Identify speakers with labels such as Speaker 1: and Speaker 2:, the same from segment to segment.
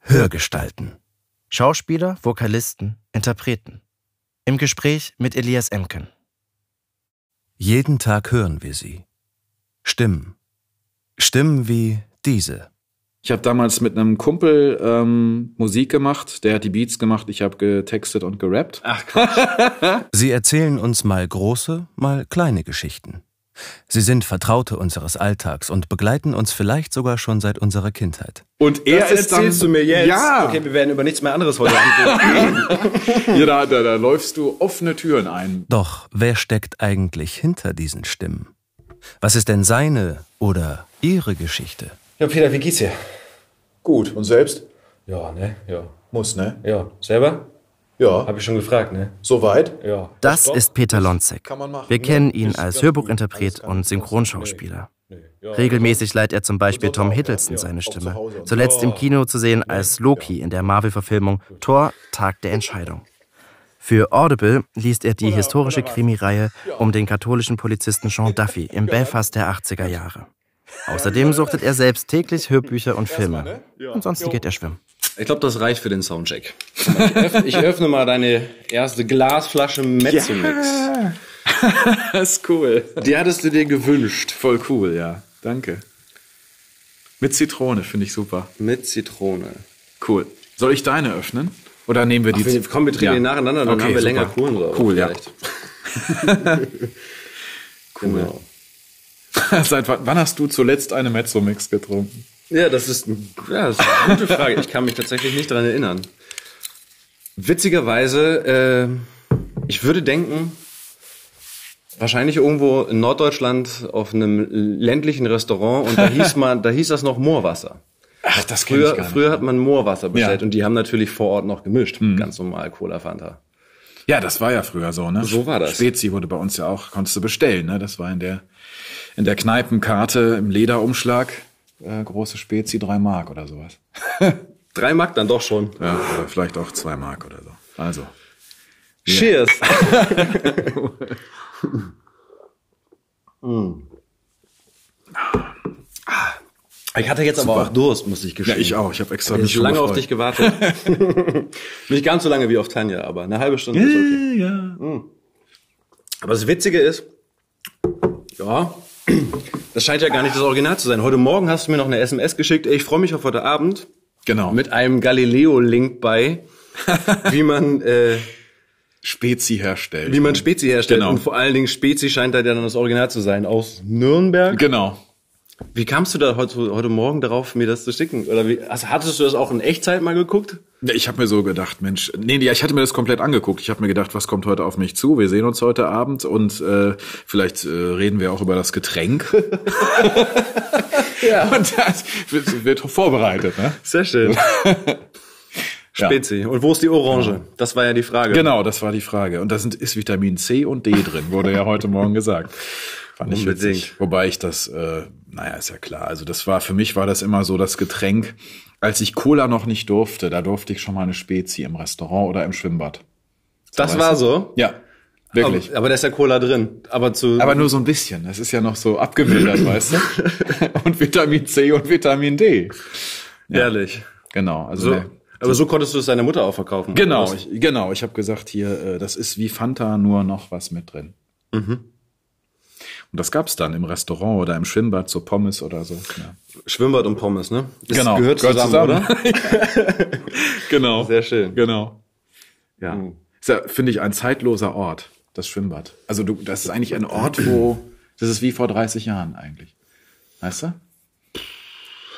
Speaker 1: Hörgestalten. Schauspieler, Vokalisten, Interpreten. Im Gespräch mit Elias Emken.
Speaker 2: Jeden Tag hören wir sie. Stimmen. Stimmen wie diese.
Speaker 3: Ich habe damals mit einem Kumpel ähm, Musik gemacht, der hat die Beats gemacht, ich habe getextet und gerappt. Ach
Speaker 2: Quatsch. Sie erzählen uns mal große, mal kleine Geschichten. Sie sind Vertraute unseres Alltags und begleiten uns vielleicht sogar schon seit unserer Kindheit.
Speaker 4: Und er das ist
Speaker 5: erzählst
Speaker 4: dann,
Speaker 5: du mir jetzt?
Speaker 4: Ja.
Speaker 5: Okay, wir werden über nichts mehr anderes heute reden.
Speaker 3: ja, da, da, da läufst du offene Türen ein.
Speaker 2: Doch wer steckt eigentlich hinter diesen Stimmen? Was ist denn seine oder ihre Geschichte?
Speaker 5: Ja, Peter, wie geht's dir?
Speaker 4: Gut, und selbst?
Speaker 5: Ja, ne? Ja.
Speaker 4: Muss, ne?
Speaker 5: Ja. Selber?
Speaker 4: Ja.
Speaker 5: Habe ich schon gefragt, ne?
Speaker 4: Soweit?
Speaker 5: Ja.
Speaker 1: Das ist Peter Lonzek. Wir kennen ihn als Hörbuchinterpret und Synchronschauspieler. Regelmäßig leiht er zum Beispiel Tom Hiddleston seine Stimme. Zuletzt im Kino zu sehen als Loki in der Marvel-Verfilmung Thor: Tag der Entscheidung. Für Audible liest er die historische Krimireihe um den katholischen Polizisten Sean Duffy im Belfast der 80er Jahre. Außerdem suchtet er selbst täglich Hörbücher und Filme. Ansonsten geht er schwimmen.
Speaker 5: Ich glaube, das reicht für den Soundcheck. Ich öffne, ich öffne mal deine erste Glasflasche Mezzomix.
Speaker 3: Ja. das ist cool. Die hattest du dir gewünscht. Voll cool, ja. Danke. Mit Zitrone finde ich super.
Speaker 5: Mit Zitrone.
Speaker 3: Cool. Soll ich deine öffnen? Oder nehmen wir die?
Speaker 5: Ach, wir, komm, wir trinken ja. die nacheinander, dann
Speaker 3: okay,
Speaker 5: haben wir
Speaker 3: super.
Speaker 5: länger Kohlen drauf.
Speaker 3: Cool, ja.
Speaker 5: vielleicht.
Speaker 3: cool.
Speaker 5: Genau.
Speaker 3: Seit wann wann hast du zuletzt eine Mezzo-Mix getrunken?
Speaker 5: Ja, das ist, ja, das ist eine gute Frage. Ich kann mich tatsächlich nicht daran erinnern. Witzigerweise, äh, ich würde denken, wahrscheinlich irgendwo in Norddeutschland auf einem ländlichen Restaurant und da hieß man, da hieß das noch Moorwasser.
Speaker 3: Ach, das kenn
Speaker 5: Früher, früher hat man Moorwasser bestellt
Speaker 3: Ja. Mhm.
Speaker 5: und die haben natürlich vor Ort noch gemischt. Ganz normal Cola Fanta.
Speaker 3: Ja, das war ja früher so, ne?
Speaker 5: So war das.
Speaker 3: Spezi wurde bei uns ja auch, konntest du bestellen, ne? Das war in der, in der Kneipenkarte im Lederumschlag. Äh, große Spezi, drei Mark oder sowas.
Speaker 5: Drei Mark dann doch schon.
Speaker 3: Ja, oder vielleicht auch zwei Mark oder so. Also.
Speaker 5: Cheers! Hm. ich hatte jetzt aber auch Durst, muss ich
Speaker 3: Ja,
Speaker 5: gestehen.
Speaker 3: ich auch. Ich habe extra
Speaker 5: Ich
Speaker 3: mich
Speaker 5: habe
Speaker 3: schon
Speaker 5: lange auf
Speaker 3: gefreut.
Speaker 5: dich gewartet. Nicht ganz so lange wie auf Tanja, aber eine halbe Stunde ist okay. Hm.
Speaker 3: Ja.
Speaker 5: Aber das Witzige ist, ja, das scheint ja gar nicht das Original zu sein. Heute Morgen hast du mir noch eine SMS geschickt, ey, ich freue mich auf heute Abend.
Speaker 3: Genau.
Speaker 5: Mit einem Galileo-Link bei, wie man... Äh,
Speaker 3: Spezi herstellen.
Speaker 5: Wie man Spezi herstellt.
Speaker 3: Genau.
Speaker 5: Und vor allen Dingen Spezi scheint da ja dann das Original zu sein. Aus Nürnberg.
Speaker 3: Genau.
Speaker 5: Wie kamst du da heute, heute Morgen darauf, mir das zu schicken? Oder wie, hast, hattest du das auch in Echtzeit mal geguckt?
Speaker 3: Ja, Ne, Ich habe mir so gedacht, Mensch, nee, ja, ich hatte mir das komplett angeguckt. Ich habe mir gedacht, was kommt heute auf mich zu? Wir sehen uns heute Abend und äh, vielleicht äh, reden wir auch über das Getränk. ja. Und das wird, wird vorbereitet, ne?
Speaker 5: Sehr schön.
Speaker 3: Ja.
Speaker 5: Spezi. Und wo ist die Orange? Das war ja die Frage.
Speaker 3: Genau, das war die Frage. Und da sind, ist Vitamin C und D drin, wurde ja heute Morgen gesagt. Fand ich
Speaker 5: Unbedingt.
Speaker 3: witzig. Wobei ich das, äh, naja, ist ja klar. Also das war, für mich war das immer so das Getränk, als ich Cola noch nicht durfte, da durfte ich schon mal eine Spezi im Restaurant oder im Schwimmbad.
Speaker 5: Das war so.
Speaker 3: Ja, wirklich.
Speaker 5: Aber, aber da ist ja Cola drin. Aber zu.
Speaker 3: Aber nur so ein bisschen. Das ist ja noch so abgemildert, weißt du? Und Vitamin C und Vitamin D.
Speaker 5: ehrlich.
Speaker 3: Genau. Also
Speaker 5: So,
Speaker 3: ne.
Speaker 5: aber so konntest du es deiner Mutter auch verkaufen.
Speaker 3: genau,
Speaker 5: Oder?
Speaker 3: ich, genau. Ich habe gesagt hier, äh, das ist wie Fanta nur noch was mit drin.
Speaker 5: Mhm.
Speaker 3: Und das gab's dann im Restaurant oder im Schwimmbad so Pommes oder so. ne. Ja.
Speaker 5: Schwimmbad und Pommes, ne? Das
Speaker 3: Genau,
Speaker 5: Gehört
Speaker 3: gehört
Speaker 5: zusammen,
Speaker 3: zusammen.
Speaker 5: oder?
Speaker 3: Genau.
Speaker 5: Sehr schön.
Speaker 3: Genau. Ja.
Speaker 5: Mhm.
Speaker 3: Ist ja, finde ich, ein zeitloser Ort, das Schwimmbad. Also du, das ist eigentlich ein Ort, wo das ist wie vor 30 Jahren eigentlich. Weißt du?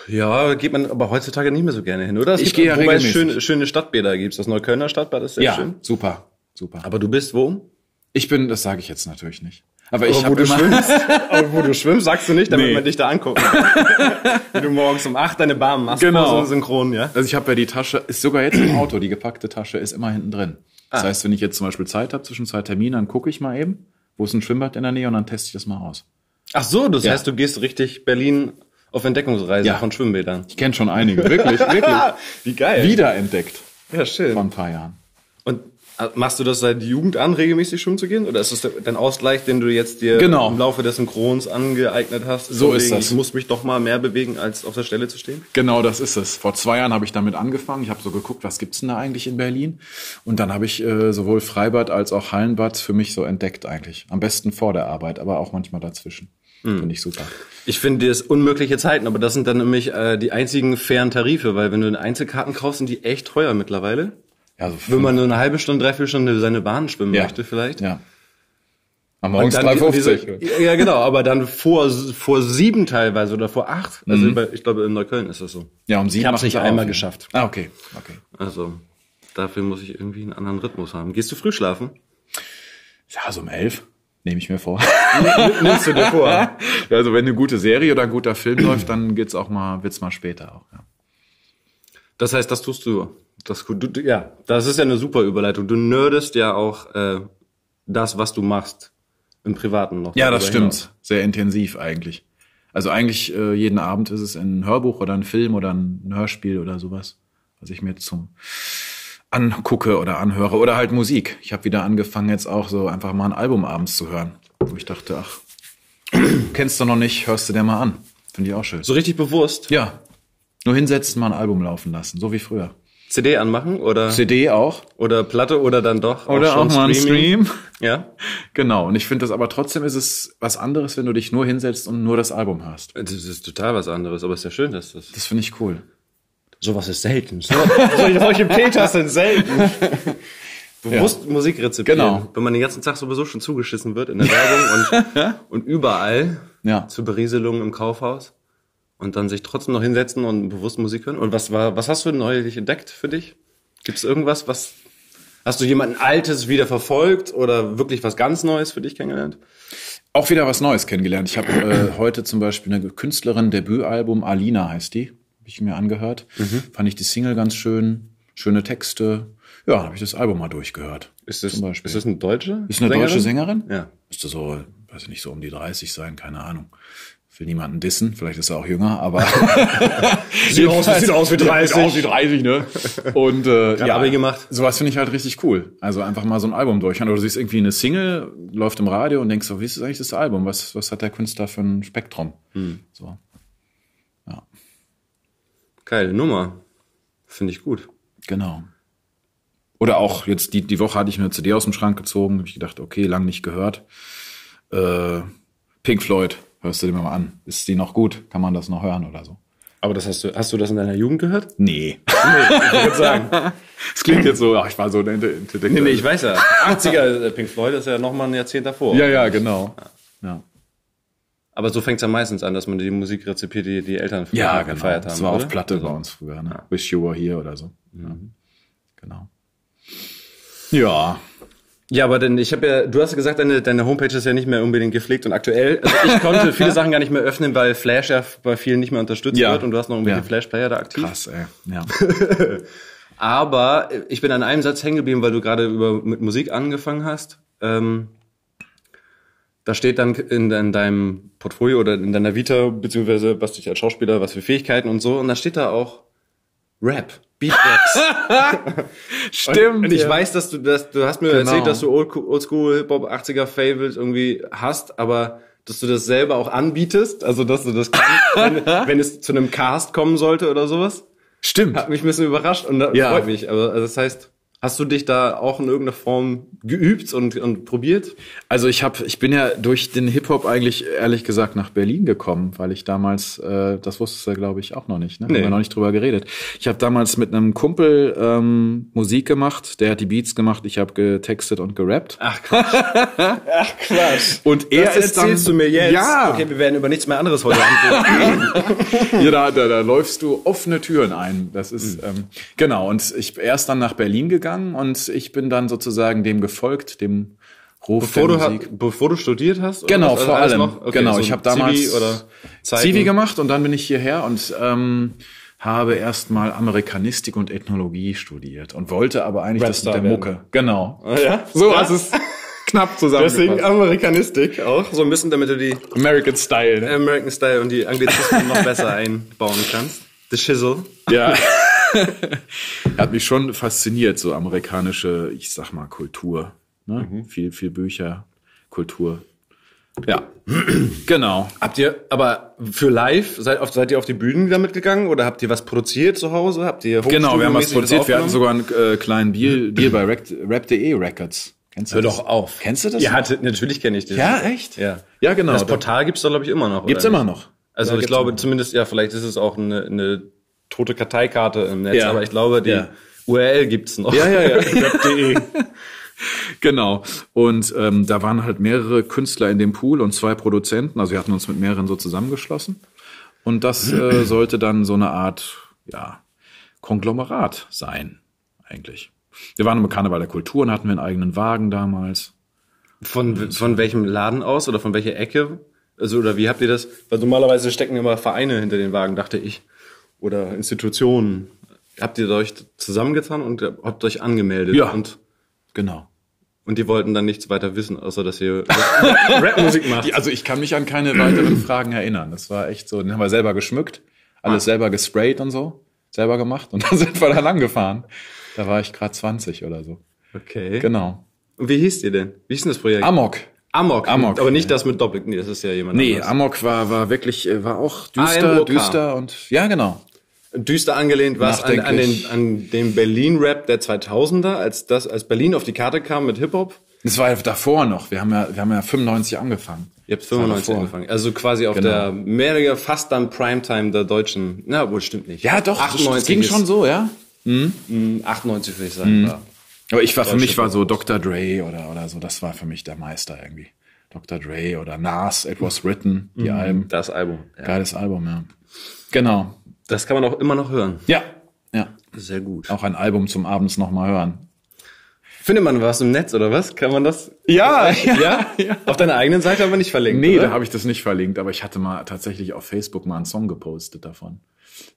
Speaker 5: Ja, geht man aber heutzutage nicht mehr so gerne hin, oder? Es
Speaker 3: Ich gehe ja
Speaker 5: wobei es
Speaker 3: regelmäßig.
Speaker 5: schöne, schöne Stadtbäder gibt. Das Neuköllner Stadtbad ist sehr schön.
Speaker 3: super, super.
Speaker 5: Aber du bist wo?
Speaker 3: Ich bin, das sage ich jetzt natürlich nicht. Aber
Speaker 5: Aber
Speaker 3: ich habe immer,
Speaker 5: aber wo du schwimmst, sagst du nicht, damit
Speaker 3: Nee.
Speaker 5: man dich da anguckt. Wie du morgens um acht deine Bahn machst.
Speaker 3: Genau.
Speaker 5: vor so einem synchron, ja?
Speaker 3: also ich habe ja die Tasche, ist sogar jetzt im Auto, die gepackte Tasche ist immer hinten drin. Das heißt, wenn ich jetzt zum Beispiel Zeit habe zwischen zwei Terminen, dann gucke ich mal eben, wo ist ein Schwimmbad in der Nähe und dann teste ich das mal aus.
Speaker 5: Ach so, das
Speaker 3: Ja.
Speaker 5: heißt, du gehst richtig Berlin auf Entdeckungsreise
Speaker 3: Ja.
Speaker 5: von Schwimmbädern.
Speaker 3: Ich kenne schon einige, wirklich, wirklich.
Speaker 5: Wie geil.
Speaker 3: Wiederentdeckt
Speaker 5: Ja, schön.
Speaker 3: vor ein paar Jahren.
Speaker 5: Und äh, Machst du das seit Jugend an, regelmäßig schwimmen zu gehen? Oder ist das dein Ausgleich, den du jetzt dir
Speaker 3: Genau.
Speaker 5: im Laufe des Synchrons angeeignet hast?
Speaker 3: So
Speaker 5: Von
Speaker 3: ist
Speaker 5: wegen,
Speaker 3: das.
Speaker 5: Ich muss mich doch mal mehr bewegen, als auf der Stelle zu stehen?
Speaker 3: Genau, das ist es. Vor zwei Jahren habe ich damit angefangen. Ich habe so geguckt, was gibt's denn da eigentlich in Berlin? Und dann habe ich äh, sowohl Freibad als auch Hallenbad für mich so entdeckt eigentlich. Am besten vor der Arbeit, aber auch manchmal dazwischen. Finde ich super.
Speaker 5: Ich finde das unmögliche Zeiten, aber das sind dann nämlich äh, die einzigen fairen Tarife, weil wenn du Einzelkarten kaufst, sind die echt teuer mittlerweile.
Speaker 3: Ja, so
Speaker 5: Wenn man nur eine halbe Stunde, dreiviertel Stunde seine Bahn schwimmen möchte vielleicht.
Speaker 3: Ja. Am Morgen
Speaker 5: Dann diese-
Speaker 3: 3,50.
Speaker 5: ja, genau, aber dann vor, vor sieben teilweise oder vor acht. Also bei, ich glaube, in Neukölln ist das so.
Speaker 3: Mhm. Ja, um sieben
Speaker 5: Ich hab's
Speaker 3: macht's
Speaker 5: nicht
Speaker 3: auf.
Speaker 5: einmal geschafft.
Speaker 3: Ah, okay. okay.
Speaker 5: Also dafür muss ich irgendwie einen anderen Rhythmus haben. Gehst du früh schlafen?
Speaker 3: Ja, so um elf nehme ich mir vor.
Speaker 5: Nimmst du dir vor?
Speaker 3: also wenn eine gute Serie oder ein guter Film läuft, dann geht's auch mal, wird's mal später auch. Ja.
Speaker 5: Das heißt, das tust du. Das, du du- ja, das ist ja eine super Überleitung. Du nerdest ja auch äh, das, was du machst im Privaten noch.
Speaker 3: Ja, das
Speaker 5: darüber hinaus.
Speaker 3: stimmt. Sehr intensiv eigentlich. Also eigentlich äh, jeden Abend ist es ein Hörbuch oder ein Film oder ein Hörspiel oder sowas, was ich mir zum angucke oder anhöre oder halt Musik. Ich habe wieder angefangen jetzt auch so einfach mal ein Album abends zu hören, wo ich dachte, ach, kennst du noch nicht, hörst du dir mal an. Finde ich auch schön.
Speaker 5: So richtig bewusst.
Speaker 3: Ja, nur hinsetzen, mal ein Album laufen lassen, so wie früher.
Speaker 5: CD anmachen oder
Speaker 3: CD auch
Speaker 5: oder Platte oder dann doch
Speaker 3: oder auch,
Speaker 5: schon
Speaker 3: mal ein Stream.
Speaker 5: Ja,
Speaker 3: Genau, und ich finde das aber trotzdem ist es was anderes, wenn du dich nur hinsetzt und nur das Album hast.
Speaker 5: das ist total was anderes, aber es ist ja schön, dass das.
Speaker 3: Das finde ich cool.
Speaker 5: Sowas ist selten. So, solche Peters sind selten. Bewusst Musik rezipieren.
Speaker 3: Genau.
Speaker 5: Wenn man den ganzen Tag sowieso schon zugeschissen wird in der Werbung und, und überall
Speaker 3: Ja.
Speaker 5: zur Berieselung im Kaufhaus und dann sich trotzdem noch hinsetzen und bewusst Musik hören. Und was war, was hast du neulich entdeckt für dich? Gibt es irgendwas, was hast du jemanden Altes wieder verfolgt oder wirklich was ganz Neues für dich kennengelernt?
Speaker 3: Auch wieder was Neues kennengelernt. Ich habe äh, heute zum Beispiel eine Künstlerin, Debütalbum, Alina heißt die, habe ich mir angehört.
Speaker 5: Mhm.
Speaker 3: Fand ich die Single ganz schön, schöne Texte. Ja, habe ich das Album mal durchgehört.
Speaker 5: Ist das,
Speaker 3: zum Beispiel.
Speaker 5: ist das eine deutsche?
Speaker 3: Ist eine deutsche Sängerin?
Speaker 5: Ja.
Speaker 3: Müsste so, weiß ich nicht, so um die 30 sein, keine Ahnung. Will niemanden dissen, vielleicht ist er auch jünger, aber. sieht,
Speaker 5: aus- sieht aus wie 30.
Speaker 3: Sieht aus wie 30, ne? Und äh, ja,
Speaker 5: Abi gemacht.
Speaker 3: Sowas finde ich halt richtig cool. Also einfach mal so ein Album durchhören. Oder du siehst irgendwie eine Single, läuft im Radio und denkst so, wie ist das eigentlich das Album? Was, was hat der Künstler für ein Spektrum?
Speaker 5: Hm.
Speaker 3: So.
Speaker 5: Geile Nummer. Finde ich gut.
Speaker 3: Genau. Oder auch jetzt die, die Woche hatte ich mir eine CD aus dem Schrank gezogen, habe ich gedacht, okay, lang nicht gehört. Äh, Pink Floyd, hörst du dir mal an. Ist die noch gut? Kann man das noch hören oder so?
Speaker 5: Aber das hast du, hast du das in deiner Jugend gehört?
Speaker 3: Nee. Es klingt jetzt so, ach, ich war so der Intellektuelle.
Speaker 5: Nee, nee, ich weiß ja. 80er äh, Pink Floyd ist ja nochmal ein Jahrzehnt davor.
Speaker 3: Ja, ja, genau. Ja,
Speaker 5: Aber so fängt's ja meistens an, dass man die Musik rezipiert, die die Eltern früher
Speaker 3: ja genau.
Speaker 5: gefeiert haben.
Speaker 3: Das war
Speaker 5: oder? Also Mhm.
Speaker 3: auf Platte bei uns früher. Ne? Wish You Were Here oder so. Ja. Genau. Ja,
Speaker 5: Ja, aber denn ich habe ja, du hast ja gesagt, deine, deine Homepage ist ja nicht mehr unbedingt gepflegt und aktuell. Also ich konnte viele Sachen gar nicht mehr öffnen, weil Flash ja bei vielen nicht mehr unterstützt
Speaker 3: Ja.
Speaker 5: wird und du hast noch irgendwie
Speaker 3: Ja.
Speaker 5: den Flash-Player da aktiv.
Speaker 3: krass, ey. Ja.
Speaker 5: Aber äh, ich bin an einem Satz hängen geblieben, weil du gerade über mit Musik angefangen hast. Ähm, da steht dann in, in deinem Portfolio oder in deiner Vita, beziehungsweise was dich als Schauspieler, was für Fähigkeiten und so, und da steht da auch Rap, Beatbox.
Speaker 3: Stimmt.
Speaker 5: Und ich
Speaker 3: ja.
Speaker 5: weiß, dass du das, du hast mir
Speaker 3: Genau.
Speaker 5: erzählt, dass du Old- Oldschool Hip Hop 80er Fables irgendwie hast, aber dass du das selber auch anbietest, also dass du das kannst, wenn, wenn es zu einem Cast kommen sollte oder sowas.
Speaker 3: Stimmt.
Speaker 5: Hat mich ein bisschen überrascht und da-
Speaker 3: Ja.
Speaker 5: freut mich. Aber also das heißt, hast du dich da auch in irgendeiner Form geübt und, und probiert?
Speaker 3: Also ich habe, ich bin ja durch den Hip Hop eigentlich ehrlich gesagt nach Berlin gekommen, weil ich damals, äh, das wusstest du glaube ich auch noch nicht, ne?
Speaker 5: Nee.
Speaker 3: Haben wir noch nicht drüber geredet. Ich habe damals mit einem Kumpel ähm, Musik gemacht, der hat die Beats gemacht, ich habe getextet und gerappt.
Speaker 5: Ach Quatsch. Ach Quatsch.
Speaker 3: und
Speaker 5: Er das erzählst du mir jetzt.
Speaker 3: Ja.
Speaker 5: Okay, wir werden über nichts mehr anderes heute reden.
Speaker 3: ja, da, da, da läufst du offene Türen ein. Das ist
Speaker 5: Mhm.
Speaker 3: ähm, genau. Und ich er ist dann nach Berlin gegangen und ich bin dann sozusagen dem gefolgt, dem Ruf
Speaker 5: Bevor
Speaker 3: der
Speaker 5: du,
Speaker 3: Musik.
Speaker 5: ha- bevor du studiert hast? oder
Speaker 3: Genau,
Speaker 5: was? Also
Speaker 3: vor
Speaker 5: alles
Speaker 3: allem.
Speaker 5: Okay,
Speaker 3: genau,
Speaker 5: so
Speaker 3: ich habe damals
Speaker 5: Zivi oder Zeiten.
Speaker 3: Zivi gemacht und dann bin ich hierher und ähm, habe erstmal Amerikanistik und Ethnologie studiert und wollte aber eigentlich
Speaker 5: Rapstar
Speaker 3: das mit der
Speaker 5: werden. Ah,
Speaker 3: Mucke. Genau.
Speaker 5: Ja?
Speaker 3: So,
Speaker 5: ja?
Speaker 3: also es ist knapp
Speaker 5: Deswegen
Speaker 3: zusammengefasst.
Speaker 5: Amerikanistik auch. So ein bisschen, damit du die
Speaker 3: American Style. Ne?
Speaker 5: American Style und die Anglizismen noch besser einbauen kannst. The Shizzle.
Speaker 3: Ja. Hat mich schon fasziniert, so amerikanische, ich sag mal, Kultur. Ne? Viel, viel Bücher, Kultur. Ja, genau.
Speaker 5: Habt ihr, aber für live, seid, auf, seid ihr auf die Bühnen damit gegangen oder habt ihr was produziert zu Hause? Habt ihr
Speaker 3: Genau, wir haben was
Speaker 5: homestudio-mäßig
Speaker 3: produziert. Wir hatten
Speaker 5: aufgenommen?
Speaker 3: sogar einen äh, kleinen Deal, Deal bei Rap- Rap.de Records. Kennst du
Speaker 5: Hör
Speaker 3: das?
Speaker 5: doch auf.
Speaker 3: Kennst du das?
Speaker 5: Ja, hatte, natürlich kenne ich das.
Speaker 3: Ja, echt?
Speaker 5: Ja.
Speaker 3: Ja, genau.
Speaker 5: Das Portal gibt's da, glaube ich, immer noch.
Speaker 3: Gibt's
Speaker 5: oder
Speaker 3: immer
Speaker 5: nicht?
Speaker 3: noch.
Speaker 5: Also
Speaker 3: Ja,
Speaker 5: ich
Speaker 3: gibt's
Speaker 5: glaube
Speaker 3: immer noch.
Speaker 5: zumindest, ja, vielleicht ist es auch eine, eine tote Karteikarte im Netz,
Speaker 3: Ja.
Speaker 5: aber ich glaube, die
Speaker 3: Ja.
Speaker 5: URL gibt's noch.
Speaker 3: Ja, ja, ja. Rap.de. genau. Und ähm, da waren halt mehrere Künstler in dem Pool und zwei Produzenten. Also wir hatten uns mit mehreren so zusammengeschlossen. Und das äh, sollte dann so eine Art, ja, Konglomerat sein, eigentlich. Wir waren im Karneval der Kulturen, hatten wir einen eigenen Wagen damals.
Speaker 5: Von, von welchem Laden aus oder von welcher Ecke? Also, oder wie habt ihr das? Weil normalerweise stecken immer Vereine hinter den Wagen, dachte ich. Oder Institutionen. Habt ihr euch zusammengetan und habt euch angemeldet?
Speaker 3: Ja.
Speaker 5: Und,
Speaker 3: Genau.
Speaker 5: und die wollten dann nichts weiter wissen, außer dass ihr Rap- Rapmusik macht.
Speaker 3: Ja, also ich kann mich an keine weiteren Fragen erinnern. Das war echt so, den haben wir selber geschmückt, alles selber gesprayt und so, selber gemacht und dann sind wir da lang gefahren. Da war ich gerade 20 oder so.
Speaker 5: Okay.
Speaker 3: Genau.
Speaker 5: Und wie hieß ihr denn? Wie hieß denn das Projekt?
Speaker 3: Amok.
Speaker 5: Amok.
Speaker 3: Amok.
Speaker 5: Aber nicht das mit Doppel. Nee, das ist ja jemand
Speaker 3: Nee,
Speaker 5: anderes.
Speaker 3: Amok war, war wirklich, äh, war auch düster,
Speaker 5: AMOK.
Speaker 3: düster und ja, genau.
Speaker 5: düster angelehnt war es an, an, den,
Speaker 3: Nachdenklich.
Speaker 5: an den Berlin-Rap der 2000er, als das, als Berlin auf die Karte kam mit Hip-Hop.
Speaker 3: Das war ja davor noch. Wir haben ja, wir haben ja 95 angefangen.
Speaker 5: Ihr habt
Speaker 3: war
Speaker 5: 95
Speaker 3: davor.
Speaker 5: angefangen. Also quasi auf
Speaker 3: Genau.
Speaker 5: der mehrere fast dann Primetime der Deutschen. Na, wohl stimmt nicht.
Speaker 3: Ja, doch, 98 das
Speaker 5: 98
Speaker 3: ging
Speaker 5: ist-
Speaker 3: schon so, Mhm. ja.
Speaker 5: 98 würde ich sagen. war.
Speaker 3: Aber ich war, für mich war so Dr. Dre oder, oder so, das war für mich der Meister irgendwie. Dr. Dre oder Nas, It Was Written, die Alben.
Speaker 5: Das Album. Ja.
Speaker 3: Geiles Album, ja. Genau.
Speaker 5: Das kann man auch immer noch hören.
Speaker 3: Ja. Ja.
Speaker 5: Sehr gut.
Speaker 3: Auch ein Album zum Abends nochmal hören.
Speaker 5: Findet man was im Netz oder was? Kann man das?
Speaker 3: Ja,
Speaker 5: Ja? Auf deiner eigenen Seite aber nicht verlinkt.
Speaker 3: Nee,
Speaker 5: oder?
Speaker 3: da habe ich das nicht verlinkt, aber ich hatte mal tatsächlich auf Facebook mal einen Song gepostet davon,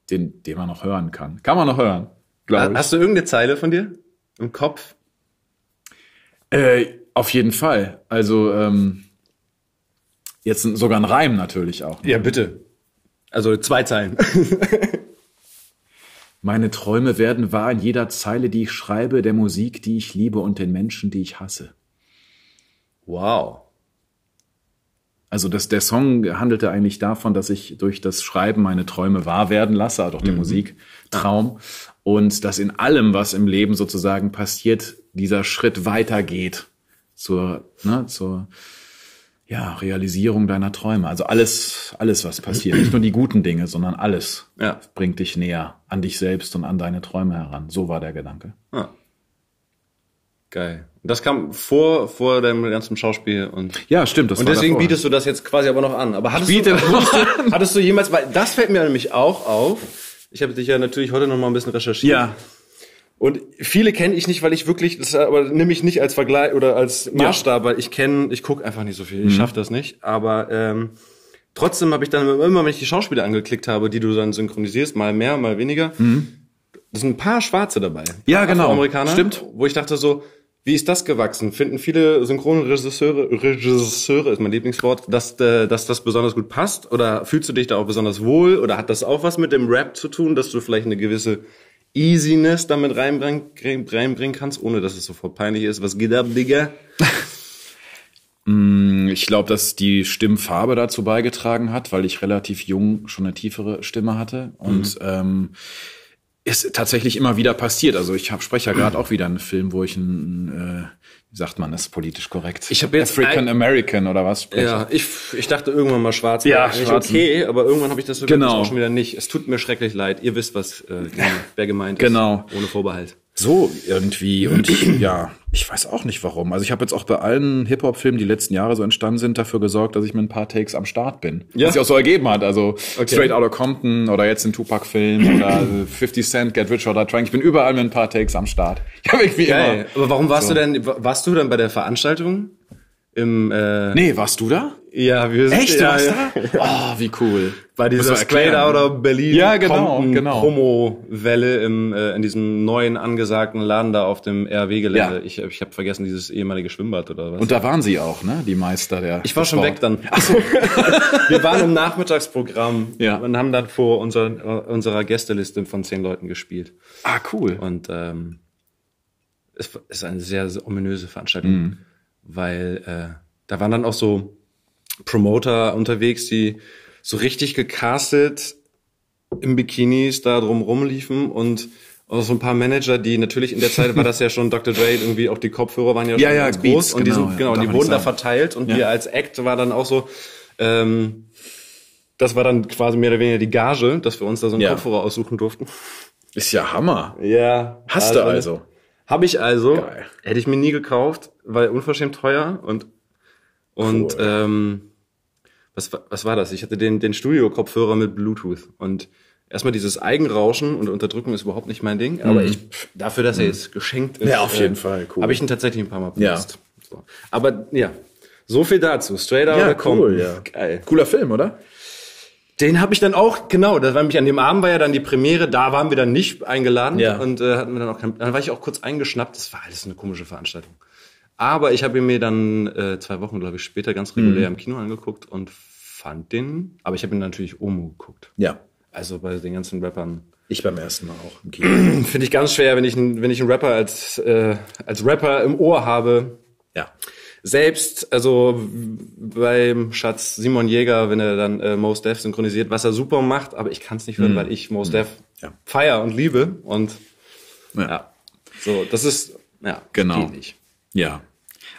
Speaker 3: den, den man noch hören kann. Kann man noch hören,
Speaker 5: Ha-
Speaker 3: glaube ich.
Speaker 5: Hast du irgendeine Zeile von dir im Kopf?
Speaker 3: Äh, auf jeden Fall. Also ähm, jetzt sogar ein Reim natürlich auch.
Speaker 5: Ja, bitte. Also zwei Zeilen.
Speaker 3: Meine Träume werden wahr in jeder Zeile, die ich schreibe, der Musik, die ich liebe und den Menschen, die ich hasse.
Speaker 5: Wow.
Speaker 3: Also das, der Song handelte eigentlich davon, dass ich durch das Schreiben meine Träume wahr werden lasse, also auch der Musik, Traum. Und dass in allem, was im Leben sozusagen passiert, dieser Schritt weitergeht zur, ne, zur ja, Realisierung deiner Träume. Also alles, alles, was passiert. Nicht nur die guten Dinge, sondern alles
Speaker 5: Ja.
Speaker 3: bringt dich näher an dich selbst und an deine Träume heran. So war der Gedanke.
Speaker 5: Ah. Geil. Das kam vor, vor deinem ganzen Schauspiel und.
Speaker 3: Ja, stimmt. Das
Speaker 5: Und
Speaker 3: war
Speaker 5: deswegen
Speaker 3: davor.
Speaker 5: bietest du das jetzt quasi aber noch an. Aber hattest,
Speaker 3: biete
Speaker 5: du,
Speaker 3: das
Speaker 5: hattest, du, hattest du jemals, weil das fällt mir nämlich auch auf. Ich habe dich ja natürlich heute noch mal ein bisschen recherchiert.
Speaker 3: Ja,
Speaker 5: Und viele kenne ich nicht, weil ich wirklich, das aber nehme ich nicht als Vergleich oder als Maßstab, weil ich kenne, ich gucke einfach nicht so viel, ich schaff das nicht. Aber ähm, trotzdem habe ich dann immer, wenn ich die Schauspieler angeklickt habe, die du dann synchronisierst, mal mehr, mal weniger, das sind ein paar Schwarze dabei.
Speaker 3: Mhm. Ja, genau.
Speaker 5: Amerikaner.
Speaker 3: Stimmt.
Speaker 5: Wo ich dachte so, wie ist das gewachsen? Finden viele Synchronregisseure, Regisseure ist mein Lieblingswort, dass, äh, dass das besonders gut passt? Oder fühlst du dich da auch besonders wohl? Oder hat das auch was mit dem Rap zu tun, dass du vielleicht eine gewisse Easiness damit reinbringen, reinbringen kannst, ohne dass es sofort peinlich ist? Was geht ab, Digga?
Speaker 3: Ähm, Ich glaube, dass die Stimmfarbe dazu beigetragen hat, weil ich relativ jung schon eine tiefere Stimme hatte. Und
Speaker 5: Mhm.
Speaker 3: ähm, ist tatsächlich immer wieder passiert. Also ich hab, spreche ja gerade auch wieder einen Film, wo ich ein, äh, wie sagt man das politisch korrekt?
Speaker 5: Ich hab jetzt
Speaker 3: African American oder was spreche.
Speaker 5: Ja, ich, ich dachte irgendwann mal schwarz.
Speaker 3: Ja,
Speaker 5: war eigentlich
Speaker 3: schwarzen.
Speaker 5: okay, aber irgendwann habe ich das so
Speaker 3: Genau.
Speaker 5: auch schon wieder nicht. Es tut mir schrecklich leid. Ihr wisst, was äh, wer gemeint
Speaker 3: Genau.
Speaker 5: ist. Ohne Vorbehalt.
Speaker 3: So irgendwie. Und ich, ja, ich weiß auch nicht warum. Also ich habe jetzt auch bei allen Hip-Hop-Filmen, die letzten Jahre so entstanden sind, dafür gesorgt, dass ich mit ein paar Takes am Start bin.
Speaker 5: Ja.
Speaker 3: Was sich auch so ergeben hat. Also Straight Outta Compton oder jetzt den Tupac-Film oder 50 Cent, Get Rich or Die Trying. Ich bin überall mit ein paar Takes am Start. Ich habe irgendwie
Speaker 5: Geil.
Speaker 3: immer...
Speaker 5: Aber warum warst du denn, warst du dann bei der Veranstaltung? Im, äh,
Speaker 3: Nee, warst du da?
Speaker 5: Ja, wir sind
Speaker 3: Echt, du
Speaker 5: ja,
Speaker 3: warst
Speaker 5: ja.
Speaker 3: da? Oh, wie cool.
Speaker 5: bei dieser
Speaker 3: Muss man erklären.
Speaker 5: Straight Outta Berlin
Speaker 3: Ja, genau,
Speaker 5: Compton
Speaker 3: genau.
Speaker 5: Promo-Welle im, äh, in diesem neuen angesagten Laden da auf dem RW-Gelände.
Speaker 3: Ja.
Speaker 5: Ich, ich habe vergessen, dieses ehemalige Schwimmbad oder was.
Speaker 3: Und da waren sie auch, ne? Die Meister der.
Speaker 5: ich war schon weg dann. Wir waren im Nachmittagsprogramm
Speaker 3: Ja.
Speaker 5: und haben dann vor unserer, unserer Gästeliste von zehn Leuten gespielt.
Speaker 3: Ah, cool.
Speaker 5: Und ähm, es war- ist eine sehr, sehr ominöse Veranstaltung,
Speaker 3: Mhm.
Speaker 5: weil äh, da waren dann auch so Promoter unterwegs, die so richtig gecastet im Bikinis da drum rumliefen und auch so ein paar Manager, die natürlich in der Zeit war das ja schon Dr. Dre irgendwie auch die Kopfhörer waren ja schon
Speaker 3: Ja, ja,
Speaker 5: ganz groß
Speaker 3: Beats,
Speaker 5: und die
Speaker 3: genau,
Speaker 5: sind,
Speaker 3: ja.
Speaker 5: genau,
Speaker 3: Darf
Speaker 5: die
Speaker 3: man
Speaker 5: wurden
Speaker 3: nicht
Speaker 5: da
Speaker 3: sagen.
Speaker 5: verteilt und
Speaker 3: Ja.
Speaker 5: wir als Act war dann auch so ähm, das war dann quasi mehr oder weniger die Gage, dass wir uns da so einen
Speaker 3: Ja.
Speaker 5: Kopfhörer aussuchen durften.
Speaker 3: Ist ja Hammer.
Speaker 5: Ja.
Speaker 3: Hast du also.
Speaker 5: Habe ich also.
Speaker 3: Geil.
Speaker 5: Hätte ich mir nie gekauft, weil unverschämt teuer und und ähm, was, wa- was war das? Ich hatte den, den Studio-Kopfhörer mit Bluetooth und erstmal dieses Eigenrauschen und Unterdrücken ist überhaupt nicht mein Ding, aber ich, pff, dafür, dass er jetzt geschenkt ist,
Speaker 4: Mhm. Ja, auf jeden Fall, cool.
Speaker 5: habe ich ihn tatsächlich ein paar Mal
Speaker 4: Ja.
Speaker 5: benutzt. So. Aber ja, so viel dazu. Straight out
Speaker 4: Ja,
Speaker 5: of
Speaker 4: cool, ja.
Speaker 5: Geil.
Speaker 4: Cooler Film, oder?
Speaker 5: Den habe ich dann auch, genau, das war nämlich an dem Abend war ja dann die Premiere, da waren wir dann nicht eingeladen
Speaker 4: Ja.
Speaker 5: und äh, hatten wir dann auch kein, dann war ich auch kurz eingeschnappt, das war alles eine komische Veranstaltung. Aber ich habe ihn mir dann äh, zwei Wochen, glaube ich, später ganz regulär
Speaker 4: Mhm.
Speaker 5: im Kino angeguckt und fand den, aber ich habe ihn natürlich Omo geguckt.
Speaker 4: Ja.
Speaker 5: Also bei den ganzen Rappern.
Speaker 4: Ich beim ersten Mal auch im Kino.
Speaker 5: Finde ich ganz schwer, wenn ich, einen- wenn ich einen Rapper als, äh, als Rapper im Ohr habe,
Speaker 4: ja.
Speaker 5: selbst, also w- beim Schatz Simon Jäger, wenn er dann äh, Mos Def synchronisiert, was er super macht, aber ich kann es nicht
Speaker 3: Mhm.
Speaker 5: hören, weil ich Mos Def
Speaker 4: Ja.
Speaker 5: feier und liebe und
Speaker 3: Ja.
Speaker 5: ja, so, das ist, ja,
Speaker 3: Genau.
Speaker 5: geht nicht.
Speaker 3: Ja.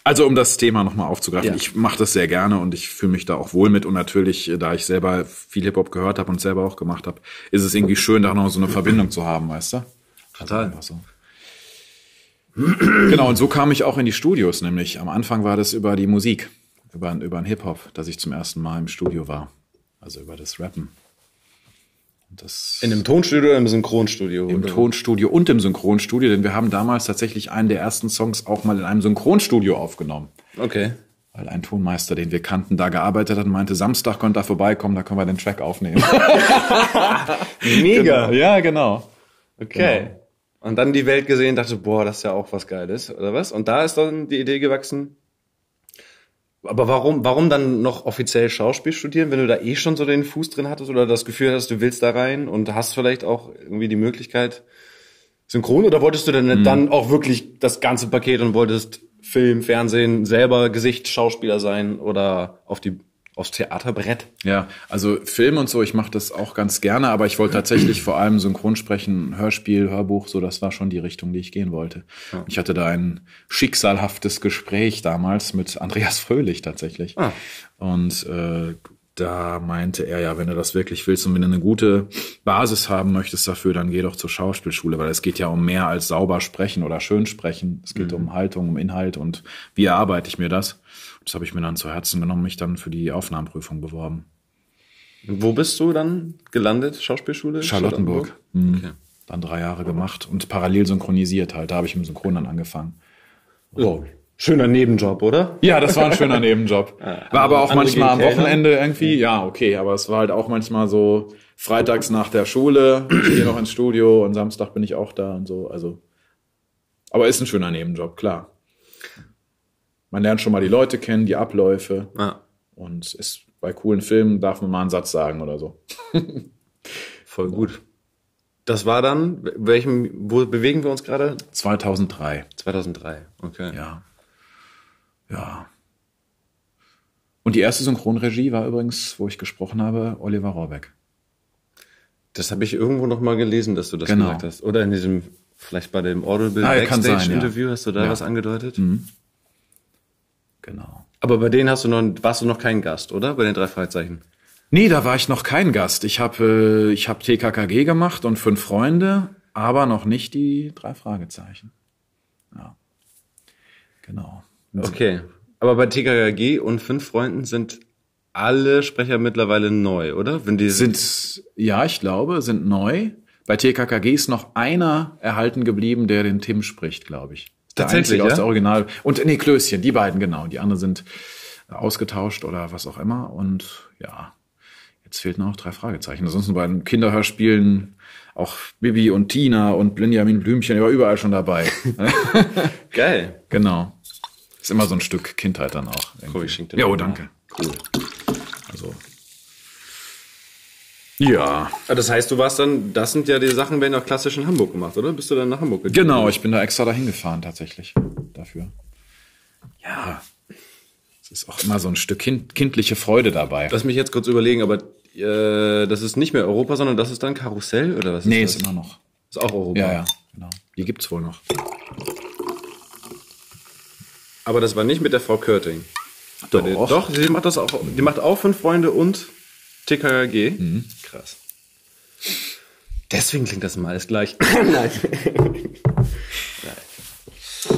Speaker 3: Also um das Thema nochmal aufzugreifen,
Speaker 5: Ja.
Speaker 3: ich mache das sehr gerne und ich fühle mich da auch wohl mit und natürlich, äh, da ich selber viel Hip-Hop gehört habe und selber auch gemacht habe, ist es irgendwie schön, da noch so eine Verbindung zu haben, weißt du? Total. So. genau, und so kam ich auch in die Studios, nämlich am Anfang war das über die Musik, über, über den Hip-Hop, dass ich zum ersten Mal im Studio war, also über das Rappen. Und das
Speaker 5: In einem Tonstudio oder im Synchronstudio?
Speaker 3: im Tonstudio und im Synchronstudio, denn wir haben damals tatsächlich einen der ersten Songs auch mal in einem Synchronstudio aufgenommen.
Speaker 5: Okay.
Speaker 3: Weil ein Tonmeister, den wir kannten, da gearbeitet hat und meinte, Samstag könnt ihr vorbeikommen, da können wir den Track aufnehmen.
Speaker 5: Mega.
Speaker 3: ja, genau.
Speaker 5: Okay. Genau. Und dann die Welt gesehen, dachte, boah, das ist ja auch was Geiles, oder was? Und da ist dann die Idee gewachsen. Aber warum, warum dann noch offiziell Schauspiel studieren, wenn du da eh schon so den Fuß drin hattest oder das Gefühl hast, du willst da rein und hast vielleicht auch irgendwie die Möglichkeit synchron? Oder wolltest du denn
Speaker 3: Mhm.
Speaker 5: dann auch wirklich das ganze Paket und wolltest Film, Fernsehen, selber Gesicht, Schauspieler sein oder auf die, aufs Theaterbrett?
Speaker 3: Ja, also Film und so, ich mache das auch ganz gerne, aber ich wollte tatsächlich vor allem Synchronsprechen, Hörspiel, Hörbuch, so das war schon die Richtung, die ich gehen wollte. Ich hatte da ein schicksalhaftes Gespräch damals mit Andreas Fröhlich tatsächlich. Und äh, da meinte er ja, wenn du das wirklich willst und wenn du eine gute Basis haben möchtest dafür, dann geh doch zur Schauspielschule, weil es geht ja um mehr als sauber sprechen oder schön sprechen. Es geht um Haltung, um Inhalt und wie erarbeite ich mir das. Das habe ich mir dann zu Herzen genommen, mich dann für die Aufnahmeprüfung beworben.
Speaker 5: Wo bist du dann gelandet? Schauspielschule?
Speaker 3: Charlottenburg. Mhm. Dann drei Jahre gemacht und parallel synchronisiert halt. Da habe ich im Synchron dann angefangen.
Speaker 5: So, schöner Nebenjob, oder?
Speaker 3: Ja, das war ein schöner Nebenjob. War aber auch
Speaker 5: andere
Speaker 3: manchmal am
Speaker 5: gehen kellnern.
Speaker 3: Wochenende irgendwie. Ja, okay, aber es war halt auch manchmal so freitags nach der Schule, ich gehe noch ins Studio und Samstag bin ich auch da und so. Also, aber ist ein schöner Nebenjob, klar. Man lernt schon mal die Leute kennen, die Abläufe
Speaker 5: Ja,
Speaker 3: und ist bei coolen Filmen darf man mal einen Satz sagen oder so.
Speaker 5: voll gut. Das war dann, welchem, wo bewegen wir uns gerade?
Speaker 3: 2003.
Speaker 5: 2003, okay.
Speaker 3: Ja. Ja. Und die erste Synchronregie war übrigens, wo ich gesprochen habe, Oliver Rohrbeck.
Speaker 5: Das habe ich irgendwo noch mal gelesen, dass du das
Speaker 3: Genau.
Speaker 5: gesagt hast. Oder in diesem, vielleicht bei dem Audible
Speaker 3: Ah, kann sein, ja.
Speaker 5: Backstage-Interview hast du da
Speaker 3: Ja.
Speaker 5: was angedeutet?
Speaker 3: Genau.
Speaker 5: Aber bei denen hast du noch, warst du noch kein Gast, oder? Bei den drei Fragezeichen.
Speaker 3: Nee, da war ich noch kein Gast. Ich habe äh, ich hab TKKG gemacht und fünf Freunde, aber noch nicht die drei Fragezeichen. Ja. Genau.
Speaker 5: Okay. Aber bei TKKG und fünf Freunden sind alle Sprecher mittlerweile neu, oder? Wenn die
Speaker 3: Sind, ja, ich glaube, sind neu. Bei TKKG ist noch einer erhalten geblieben, der den Tim spricht, glaube ich. Der
Speaker 5: Tatsächlich,
Speaker 3: einzige aus
Speaker 5: ja?
Speaker 3: der Original. Und nee, Klößchen, die beiden, genau. Die anderen sind ausgetauscht oder was auch immer. Und ja, jetzt fehlten noch drei Fragezeichen. Ansonsten bei den Kinderhörspielen auch Bibi und Tina und Benjamin Blümchen, ich war überall schon dabei. Ne?
Speaker 5: Geil.
Speaker 3: genau. Ist immer so ein Stück Kindheit dann auch.
Speaker 5: Cool, ich schenke dir
Speaker 3: Ja,
Speaker 5: noch
Speaker 3: oh,
Speaker 5: mal.
Speaker 3: danke. Cool. Also. Ja,
Speaker 5: Ah, Das heißt, du warst dann, das sind ja die Sachen, werden auch klassisch in Hamburg gemacht, oder? Bist du dann nach Hamburg gegangen?
Speaker 3: genau, ich bin da extra dahin gefahren tatsächlich dafür. Ja, es ist auch immer so ein Stück kind, kindliche Freude dabei.
Speaker 5: Lass mich jetzt kurz überlegen, aber äh, das ist nicht mehr Europa, sondern das ist dann Karussell oder was?
Speaker 3: nee,
Speaker 5: ist,
Speaker 3: ist
Speaker 5: das?
Speaker 3: immer noch.
Speaker 5: ist auch Europa.
Speaker 3: Ja, ja, genau. Die gibt's wohl noch.
Speaker 5: Aber das war nicht mit der Frau Körting.
Speaker 3: Doch.
Speaker 5: Bei der- Doch, sie macht das auch. Die macht auch fünf Freunde und TKKG. Krass. Deswegen klingt das immer alles gleich. Nein.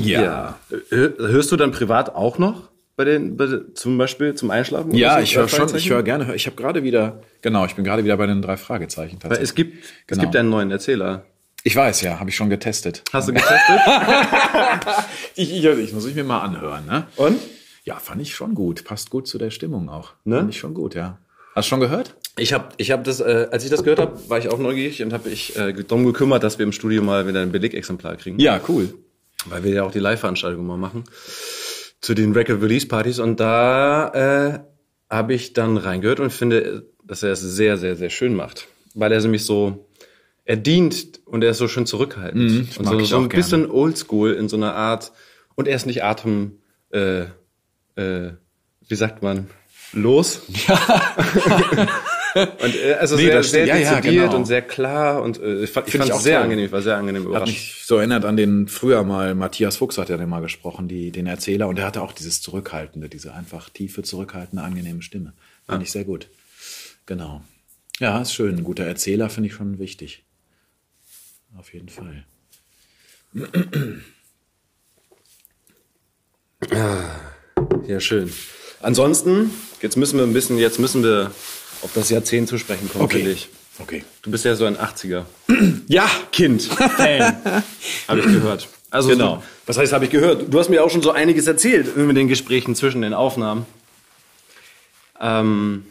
Speaker 3: Ja.
Speaker 5: Ja. Hör- Hörst du dann privat auch noch bei den, bei, den- zum Beispiel zum Einschlafen?
Speaker 3: Ja,
Speaker 5: Oder so?
Speaker 3: ich höre
Speaker 5: Drei
Speaker 3: schon, ich
Speaker 5: Fragezeichen?
Speaker 3: höre gerne. Ich habe gerade wieder, genau, ich bin gerade wieder bei den drei Fragezeichen
Speaker 5: Weil
Speaker 3: tatsächlich.
Speaker 5: es gibt, es
Speaker 3: Genau.
Speaker 5: gibt einen neuen Erzähler.
Speaker 3: ich weiß, ja, habe ich schon getestet.
Speaker 5: Hast du getestet?
Speaker 3: Ich, ich, ich muss ich mir mal anhören, ne?
Speaker 5: Und?
Speaker 3: Ja, fand ich schon gut. Passt gut zu der Stimmung auch.
Speaker 5: Ne?
Speaker 3: Fand ich schon gut, ja. Hast du schon gehört?
Speaker 5: Ich habe ich hab das, äh, als ich das gehört habe, war ich auch neugierig und habe ich äh, darum gekümmert, dass wir im Studio mal wieder ein Belegexemplar kriegen.
Speaker 3: Ja, cool.
Speaker 5: Weil wir ja auch die Live-Veranstaltung mal machen. Zu den Record-Release-Partys. Und da äh, habe ich dann reingehört und finde, dass er es sehr, sehr, sehr schön macht. Weil er nämlich so, er dient und er ist so schön zurückhaltend.
Speaker 3: Mhm, das
Speaker 5: und
Speaker 3: mag
Speaker 5: so,
Speaker 3: ich
Speaker 5: so
Speaker 3: auch
Speaker 5: ein
Speaker 3: gerne.
Speaker 5: bisschen oldschool in so einer Art. Und er ist nicht atem, äh, äh, wie sagt man, los. und äh, also
Speaker 3: Nee,
Speaker 5: sehr,
Speaker 3: das
Speaker 5: sehr
Speaker 3: stimmt. Ja, ja,
Speaker 5: dezidiert
Speaker 3: genau.
Speaker 5: und sehr klar. Und äh, ich fand
Speaker 3: Find ich
Speaker 5: es
Speaker 3: auch
Speaker 5: sehr
Speaker 3: toll.
Speaker 5: angenehm, war sehr angenehm
Speaker 3: Hat
Speaker 5: überrascht.
Speaker 3: mich so erinnert an den früher mal, Matthias Fuchs hat ja den mal gesprochen, die, den Erzähler. Und der hatte auch dieses Zurückhaltende, diese einfach tiefe, zurückhaltende, angenehme Stimme. Fand ich sehr gut. Genau. Ja, ist schön. Ein guter Erzähler finde ich schon wichtig. Auf jeden Fall.
Speaker 5: Ja, schön. Ansonsten, jetzt müssen wir ein bisschen, jetzt müssen wir auf das Jahrzehnt zu sprechen kommen, okay. finde ich.
Speaker 3: Okay.
Speaker 5: Du bist ja so ein 80er. ja, Kind. habe ich gehört. Also
Speaker 3: Genau.
Speaker 5: so- Was heißt, habe ich gehört? Du hast mir auch schon so einiges erzählt mit den Gesprächen zwischen den Aufnahmen. Ähm,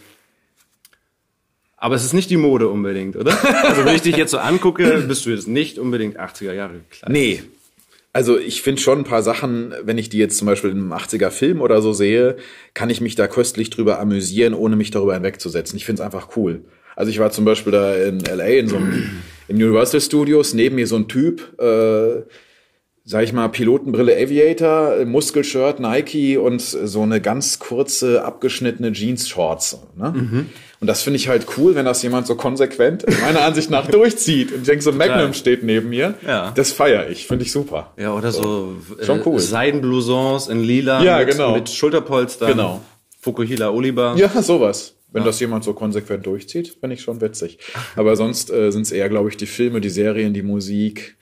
Speaker 5: aber es ist nicht die Mode unbedingt, oder? Also wenn ich dich jetzt so angucke, bist du jetzt nicht unbedingt 80er Jahre gekleidet.
Speaker 3: Nee. Also ich finde schon ein paar Sachen, wenn ich die jetzt zum Beispiel in einem 80er Film oder so sehe, kann ich mich da köstlich drüber amüsieren, ohne mich darüber hinwegzusetzen. Ich finde es einfach cool. Also ich war zum Beispiel da in LA in so einem, im Universal Studios, neben mir so ein Typ, äh, sag ich mal, Pilotenbrille Aviator, Muskelshirt, Nike und so eine ganz kurze, abgeschnittene Jeans-Shorts. Ne? Und das finde ich halt cool, wenn das jemand so konsequent, meiner Ansicht nach, durchzieht. Und ich denke, so Magnum steht neben mir.
Speaker 5: Ja.
Speaker 3: Das feiere ich, finde ich super.
Speaker 5: Ja, oder so, äh,
Speaker 3: Schon cool.
Speaker 5: Seidenblousons in lila
Speaker 3: Ja,
Speaker 5: mit,
Speaker 3: genau.
Speaker 5: mit Schulterpolstern.
Speaker 3: Genau.
Speaker 5: Fukuhila Oliver.
Speaker 3: Ja, sowas. Wenn das jemand so konsequent durchzieht, finde ich schon witzig. Aber sonst äh, sind es eher, glaube ich, die Filme, die Serien, die Musik.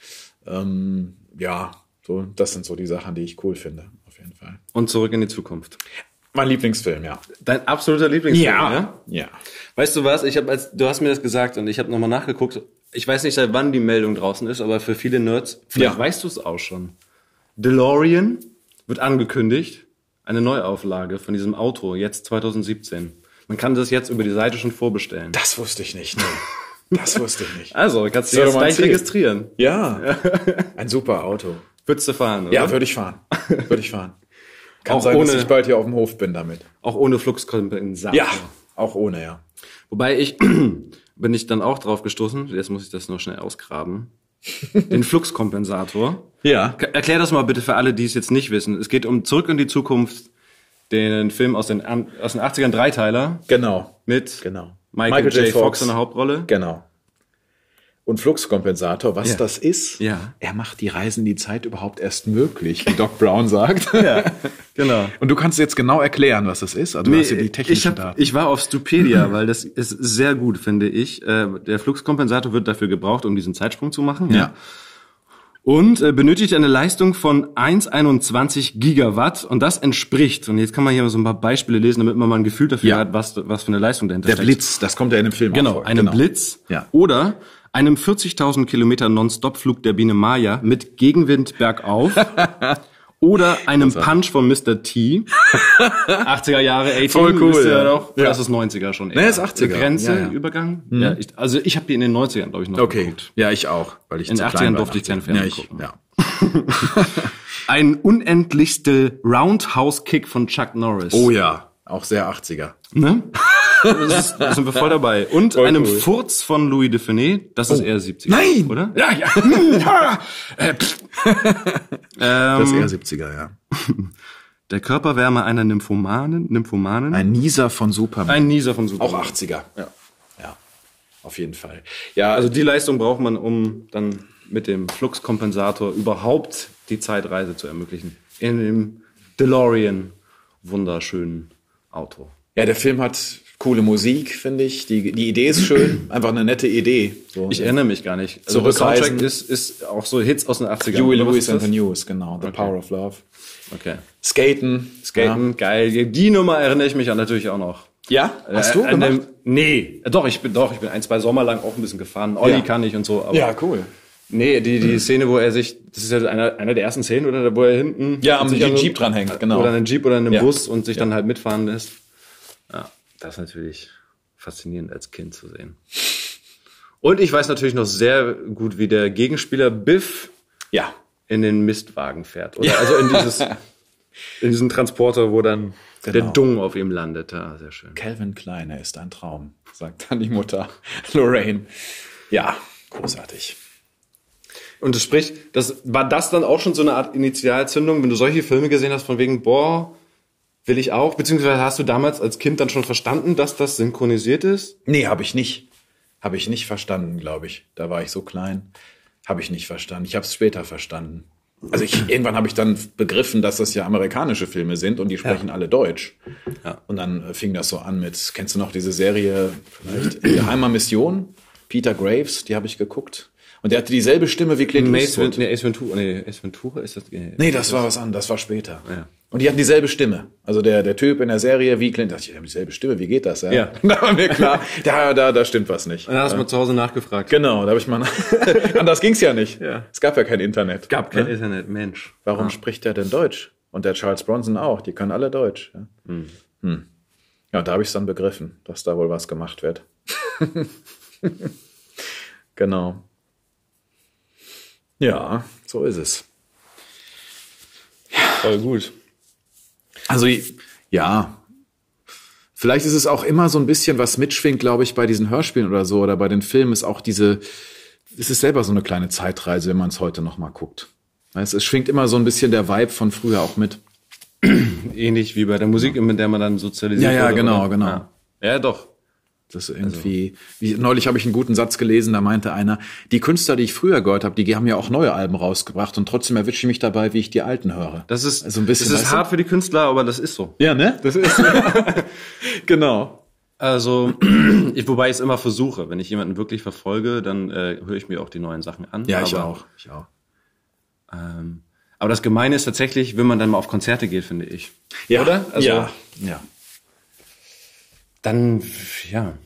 Speaker 3: Ähm, ja, so, das sind so die Sachen, die ich cool finde, auf jeden Fall.
Speaker 5: Und zurück in die Zukunft.
Speaker 3: Mein Lieblingsfilm, ja. ne?
Speaker 5: Dein absoluter Lieblingsfilm,
Speaker 3: Ja.
Speaker 5: Weißt du was? Ich habe als du hast mir das gesagt und ich habe nochmal nachgeguckt. Ich weiß nicht, seit wann die Meldung draußen ist, aber für viele Nerds, vielleicht
Speaker 3: Ja.
Speaker 5: weißt du es auch schon. DeLorean wird angekündigt, eine Neuauflage von diesem Auto jetzt 2017. Man kann das jetzt über die Seite schon vorbestellen.
Speaker 3: Das wusste ich nicht. Nee. Das wusste ich nicht.
Speaker 5: Also, kannst du
Speaker 3: Soll
Speaker 5: jetzt
Speaker 3: man
Speaker 5: gleich
Speaker 3: sehen.
Speaker 5: registrieren.
Speaker 3: Ja, ein super Auto.
Speaker 5: Würdest du fahren, oder?
Speaker 3: Ja, würde ich fahren. Würde ich fahren. Kann
Speaker 5: Auch
Speaker 3: sein,
Speaker 5: ohne-
Speaker 3: dass ich bald hier auf dem Hof bin damit. Also,
Speaker 5: Auch ohne Fluxkompensator.
Speaker 3: Auch ohne, ja.
Speaker 5: Wobei ich bin ich dann auch drauf gestoßen, jetzt muss ich das noch schnell ausgraben. Den Fluxkompensator.
Speaker 3: Ja.
Speaker 5: K- Erklär das mal bitte für alle, die es jetzt nicht wissen. Es geht um Zurück in die Zukunft, den Film aus den, an- aus den 80ern Dreiteiler
Speaker 3: Genau.
Speaker 5: mit
Speaker 3: Genau.
Speaker 5: Michael, J. Fox in der Hauptrolle.
Speaker 3: Genau. Und Fluxkompensator, was
Speaker 5: Ja.
Speaker 3: das ist,
Speaker 5: Ja.
Speaker 3: er macht die Reisen in die Zeit überhaupt erst möglich, wie Doc Brown sagt.
Speaker 5: Genau.
Speaker 3: Und du kannst jetzt genau erklären, was das ist. Also du hast ja die
Speaker 5: Äh, ich,
Speaker 3: technischen
Speaker 5: hab,
Speaker 3: Daten.
Speaker 5: ich war auf Stupedia, weil das ist sehr gut, finde ich. Äh, Der Fluxkompensator wird dafür gebraucht, um diesen Zeitsprung zu machen.
Speaker 3: Ja.
Speaker 5: Und äh, benötigt eine Leistung von 1,21 Gigawatt und das entspricht, und jetzt kann man hier mal so ein paar Beispiele lesen, damit man mal ein Gefühl dafür
Speaker 3: Ja.
Speaker 5: hat, was, was für eine Leistung dahinter
Speaker 3: Der
Speaker 5: steckt.
Speaker 3: Blitz, das kommt ja in dem Film auch
Speaker 5: Genau,
Speaker 3: vor.
Speaker 5: einem Blitz
Speaker 3: Ja.
Speaker 5: oder einem 40.000 Kilometer Non-Stop-Flug der Biene Maya mit Gegenwind bergauf Oder einem
Speaker 3: Also.
Speaker 5: Punch von Mr. T. 80er Jahre, 80
Speaker 3: Voll cool,
Speaker 5: wisst ihr
Speaker 3: ja.
Speaker 5: noch.
Speaker 3: Ja.
Speaker 5: Das ist 90er schon.
Speaker 3: Nee, ist 80er.
Speaker 5: Grenze,
Speaker 3: Ja, ja.
Speaker 5: Übergang. Ja, ich, also ich habe die in den 90ern, glaube ich, noch
Speaker 3: Okay,
Speaker 5: geguckt.
Speaker 3: ja, ich auch, weil ich
Speaker 5: In
Speaker 3: zu
Speaker 5: den 80ern
Speaker 3: klein war.
Speaker 5: durfte ich keinen
Speaker 3: ja,
Speaker 5: Fernsehen
Speaker 3: ich,
Speaker 5: gucken.
Speaker 3: ja.
Speaker 5: Ein unendlichste Roundhouse-Kick von Chuck Norris.
Speaker 3: Oh ja, auch sehr 80er.
Speaker 5: Ne? Das ist, da sind wir voll Oh. dabei. Und einem Furz von Louis de Funès, das ist eher 70.
Speaker 3: Nein!
Speaker 5: Oder?
Speaker 3: Ja, ja. das ist eher 70er, ja.
Speaker 5: Der Körperwärme einer Nymphomanen. Nymphomanen.
Speaker 3: Ein Nieser von Superman.
Speaker 5: Ein Nieser von Super.
Speaker 3: auch 80er. Ja. ja. Auf jeden Fall. Ja,
Speaker 5: Also
Speaker 3: also
Speaker 5: die Leistung braucht man, um dann mit dem Fluxkompensator überhaupt die Zeitreise zu ermöglichen. In dem DeLorean wunderschönen Auto.
Speaker 3: ja, der Film hat coole Musik, finde ich. Die, die Idee ist schön. Einfach eine nette Idee. So.
Speaker 5: Ich erinnere mich gar nicht. Also der
Speaker 3: Zurückreisen.
Speaker 5: Soundtrack ist, ist auch so Hits aus den 80ern.
Speaker 3: Huey
Speaker 5: oder was
Speaker 3: Lewis
Speaker 5: ist
Speaker 3: and
Speaker 5: das?
Speaker 3: the News, genau. The Power of Love.
Speaker 5: Okay.
Speaker 3: Skaten.
Speaker 5: Skaten, geil. Die Nummer erinnere ich mich an natürlich auch noch.
Speaker 3: Ja? ja? Hast du
Speaker 5: Äh, an
Speaker 3: gemacht?
Speaker 5: dem- nee, doch, ich bin doch, ich bin ein, zwei Sommer lang auch ein bisschen gefahren. Olli
Speaker 3: Ja.
Speaker 5: kann ich und so, aber
Speaker 3: cool.
Speaker 5: nee, die, die Szene, wo er sich, das ist ja einer, einer der ersten Szenen, oder wo er hinten
Speaker 3: Ja, am
Speaker 5: sich
Speaker 3: Jeep
Speaker 5: so-
Speaker 3: dranhängt, genau.
Speaker 5: Oder einen Jeep oder einen
Speaker 3: Ja.
Speaker 5: Bus und sich dann halt mitfahren lässt. Ja, das ist natürlich faszinierend als Kind zu sehen. Und ich weiß natürlich noch sehr gut, wie der Gegenspieler Biff
Speaker 3: Ja.
Speaker 5: in den Mistwagen fährt. Oder also in dieses in diesen Transporter, wo dann der
Speaker 3: Genau.
Speaker 5: Dung auf ihm landet. Ja, sehr schön.
Speaker 3: Calvin Kleine ist ein Traum, sagt dann die Mutter Lorraine. Ja, großartig.
Speaker 5: Und das spricht, das war das dann auch schon so eine Art Initialzündung, wenn du solche Filme gesehen hast, von wegen, boah, will ich auch, beziehungsweise hast du damals als Kind dann schon verstanden, dass das synchronisiert ist?
Speaker 3: Nee, habe ich nicht. Habe ich nicht verstanden, glaube ich. Da war ich so klein. Habe ich nicht verstanden. Ich habe es später verstanden. Also ich, irgendwann habe ich dann begriffen, dass das ja amerikanische Filme sind und die sprechen alle Deutsch. Und dann äh, fing das so an mit, kennst du noch diese Serie, vielleicht Geheimer Mission? Peter Graves, die habe ich geguckt. Und der hatte dieselbe Stimme wie Clint
Speaker 5: Mace
Speaker 3: Eastwood.
Speaker 5: Vent- nee, Ace Ventura, nee, Ace Ventura ist das, nee.
Speaker 3: Nee, das war was anderes, das war später. Und die hatten dieselbe Stimme. Also der, der Typ in der Serie wie Clint, dachte ich, die haben dieselbe Stimme, wie geht das? Ja.
Speaker 5: Ja.
Speaker 3: Da war mir klar, da, da, da stimmt was nicht.
Speaker 5: Dann hast du mal zu Hause nachgefragt.
Speaker 3: Genau, da habe ich mal. Anders ging's ja nicht. Es gab Ah. ja kein Internet.
Speaker 5: Gab kein Internet, Mensch.
Speaker 3: Warum spricht der denn Deutsch? Und der Charles Bronson auch. Die können alle Deutsch. Ja, hm. ja da habe ich es dann begriffen, dass da wohl was gemacht wird. genau. Ja, so ist es.
Speaker 5: Voll gut.
Speaker 3: Also ja, vielleicht ist es auch immer so ein bisschen, was mitschwingt, glaube ich, bei diesen Hörspielen oder so oder bei den Filmen, ist auch diese, es ist selber so eine kleine Zeitreise, wenn man es heute nochmal guckt. Weißt, es schwingt immer so ein bisschen der Vibe von früher auch mit.
Speaker 5: Ähnlich wie bei der Musik, mit der man dann sozialisiert
Speaker 3: Ja, ja,
Speaker 5: wurde,
Speaker 3: genau, genau.
Speaker 5: Genau. Ja. ja, doch.
Speaker 3: Das ist irgendwie, wie, neulich habe ich einen guten Satz gelesen, da meinte einer, die Künstler, die ich früher gehört habe, die haben ja auch neue Alben rausgebracht und trotzdem erwische ich mich dabei, wie ich die alten höre.
Speaker 5: Das ist,
Speaker 3: so ein bisschen
Speaker 5: das ist
Speaker 3: weißt du?
Speaker 5: hart für die Künstler, aber das ist so.
Speaker 3: Ja, ne? Das ist genau.
Speaker 5: Also, ich, wobei ich es immer versuche. Wenn ich jemanden wirklich verfolge, dann äh, höre ich mir auch die neuen Sachen an.
Speaker 3: Ja, ich
Speaker 5: aber,
Speaker 3: auch. Ich auch.
Speaker 5: Ähm, aber das Gemeine ist tatsächlich, wenn man dann mal auf Konzerte geht, finde ich.
Speaker 3: Ja,
Speaker 5: Oder? Also-
Speaker 3: ja, ja.
Speaker 5: Dann, ja.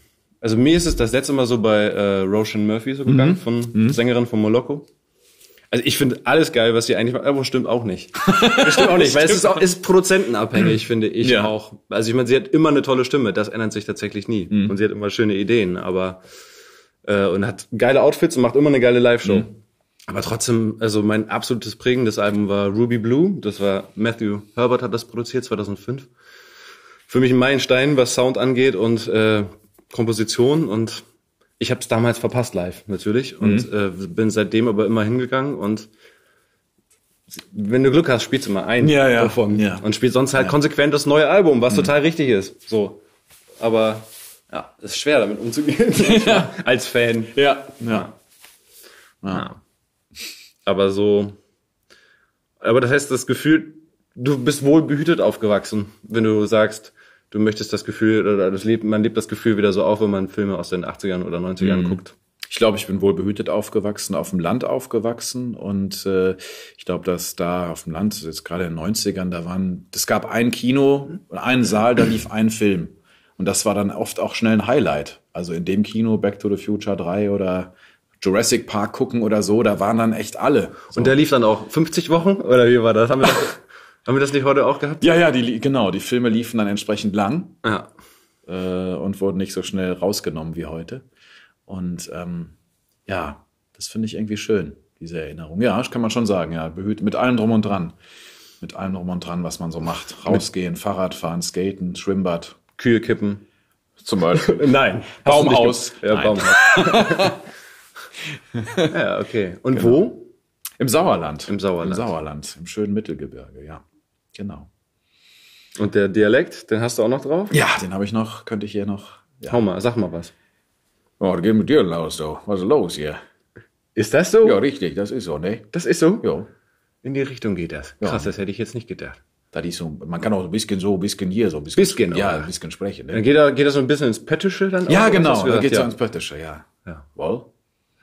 Speaker 5: Also mir ist es das letzte Mal so bei äh, Roshan Murphy so gegangen, von Sängerin von Moloko. Also ich finde alles geil, was sie eigentlich macht, aber stimmt auch nicht. Stimmt auch nicht, weil es ist, auch, ist produzentenabhängig, finde ich
Speaker 3: Ja.
Speaker 5: auch. Also ich meine, sie hat immer eine tolle Stimme, das ändert sich tatsächlich nie. Und sie hat immer schöne Ideen, aber äh, und hat geile Outfits und macht immer eine geile Live-Show. Aber trotzdem, also mein absolutes prägendes Album war Ruby Blue. Das war Matthew Herbert hat das produziert 2005. Für mich ein Meilenstein, was Sound angeht und äh, Komposition. Und ich habe es damals verpasst live natürlich und äh,
Speaker 3: Mhm.
Speaker 5: bin seitdem aber immer hingegangen und wenn du Glück hast, spielst du mal ein
Speaker 3: Ja, ja.
Speaker 5: davon
Speaker 3: Ja. Mhm.
Speaker 5: und spielst sonst halt konsequent das neue Album, was total richtig ist. So, aber ja, ist schwer damit umzugehen als Fan.
Speaker 3: Ja, ja.
Speaker 5: Ja. Aber so. Aber das heißt, das Gefühl, du bist wohl behütet aufgewachsen, wenn du sagst, du möchtest das Gefühl, oder das lebt, man lebt das Gefühl wieder so auf, wenn man Filme aus den 80ern oder 90ern
Speaker 3: Mhm.
Speaker 5: guckt.
Speaker 3: Ich glaube, ich bin wohlbehütet aufgewachsen, auf dem Land aufgewachsen und äh, ich glaube, dass da auf dem Land, jetzt gerade in den 90ern, da waren, es gab ein Kino und einen Saal, da lief ein Film. Und das war dann oft auch schnell ein Highlight. Also in dem Kino Back to the Future 3 oder Jurassic Park gucken oder so, da waren dann echt alle. So.
Speaker 5: Und der lief dann auch 50 Wochen, oder wie war das? Haben wir das Haben wir das nicht heute auch gehabt?
Speaker 3: Ja, ja, die, li- genau. Die Filme liefen dann entsprechend lang
Speaker 5: Ja.
Speaker 3: äh, und wurden nicht so schnell rausgenommen wie heute. Und ähm, ja, das finde ich irgendwie schön, diese Erinnerung. Ja, das kann man schon sagen, ja. Behüt mit allem drum und dran. Mit allem drum und dran, was man so macht. Rausgehen, Fahrrad fahren, skaten, Schwimmbad.
Speaker 5: Kühe kippen.
Speaker 3: Zum Beispiel.
Speaker 5: Nein.
Speaker 3: Baumhaus.
Speaker 5: Ja,
Speaker 3: Nein.
Speaker 5: Baumhaus. ja, okay. Und
Speaker 3: Genau.
Speaker 5: wo?
Speaker 3: Im Sauerland.
Speaker 5: Im Sauerland.
Speaker 3: Im Sauerland, im schönen Mittelgebirge, ja. Genau.
Speaker 5: Und der Dialekt, den hast du auch noch drauf?
Speaker 3: Ja, den habe ich noch, könnte ich hier noch. Ja.
Speaker 5: Hau mal, sag mal was.
Speaker 3: Oh, geh mit dir los, so. Was ist los hier?
Speaker 5: Ist das so?
Speaker 3: Ja, richtig, das ist so, ne?
Speaker 5: Das ist so?
Speaker 3: Ja.
Speaker 5: In die Richtung geht das. Krass, das hätte ich jetzt nicht gedacht.
Speaker 3: Das ist so, man kann auch ein bisschen so, ein bisschen hier, so ein bisschen,
Speaker 5: Bisschen,
Speaker 3: ja,
Speaker 5: oder?
Speaker 3: ein bisschen sprechen.
Speaker 5: Dann
Speaker 3: Ne?
Speaker 5: geht, er, geht das so ein bisschen ins Pettische dann
Speaker 3: Ja,
Speaker 5: auch,
Speaker 3: genau, da geht's
Speaker 5: Dann geht's
Speaker 3: ja
Speaker 5: ja
Speaker 3: ins Britische, ja. ja. Woll?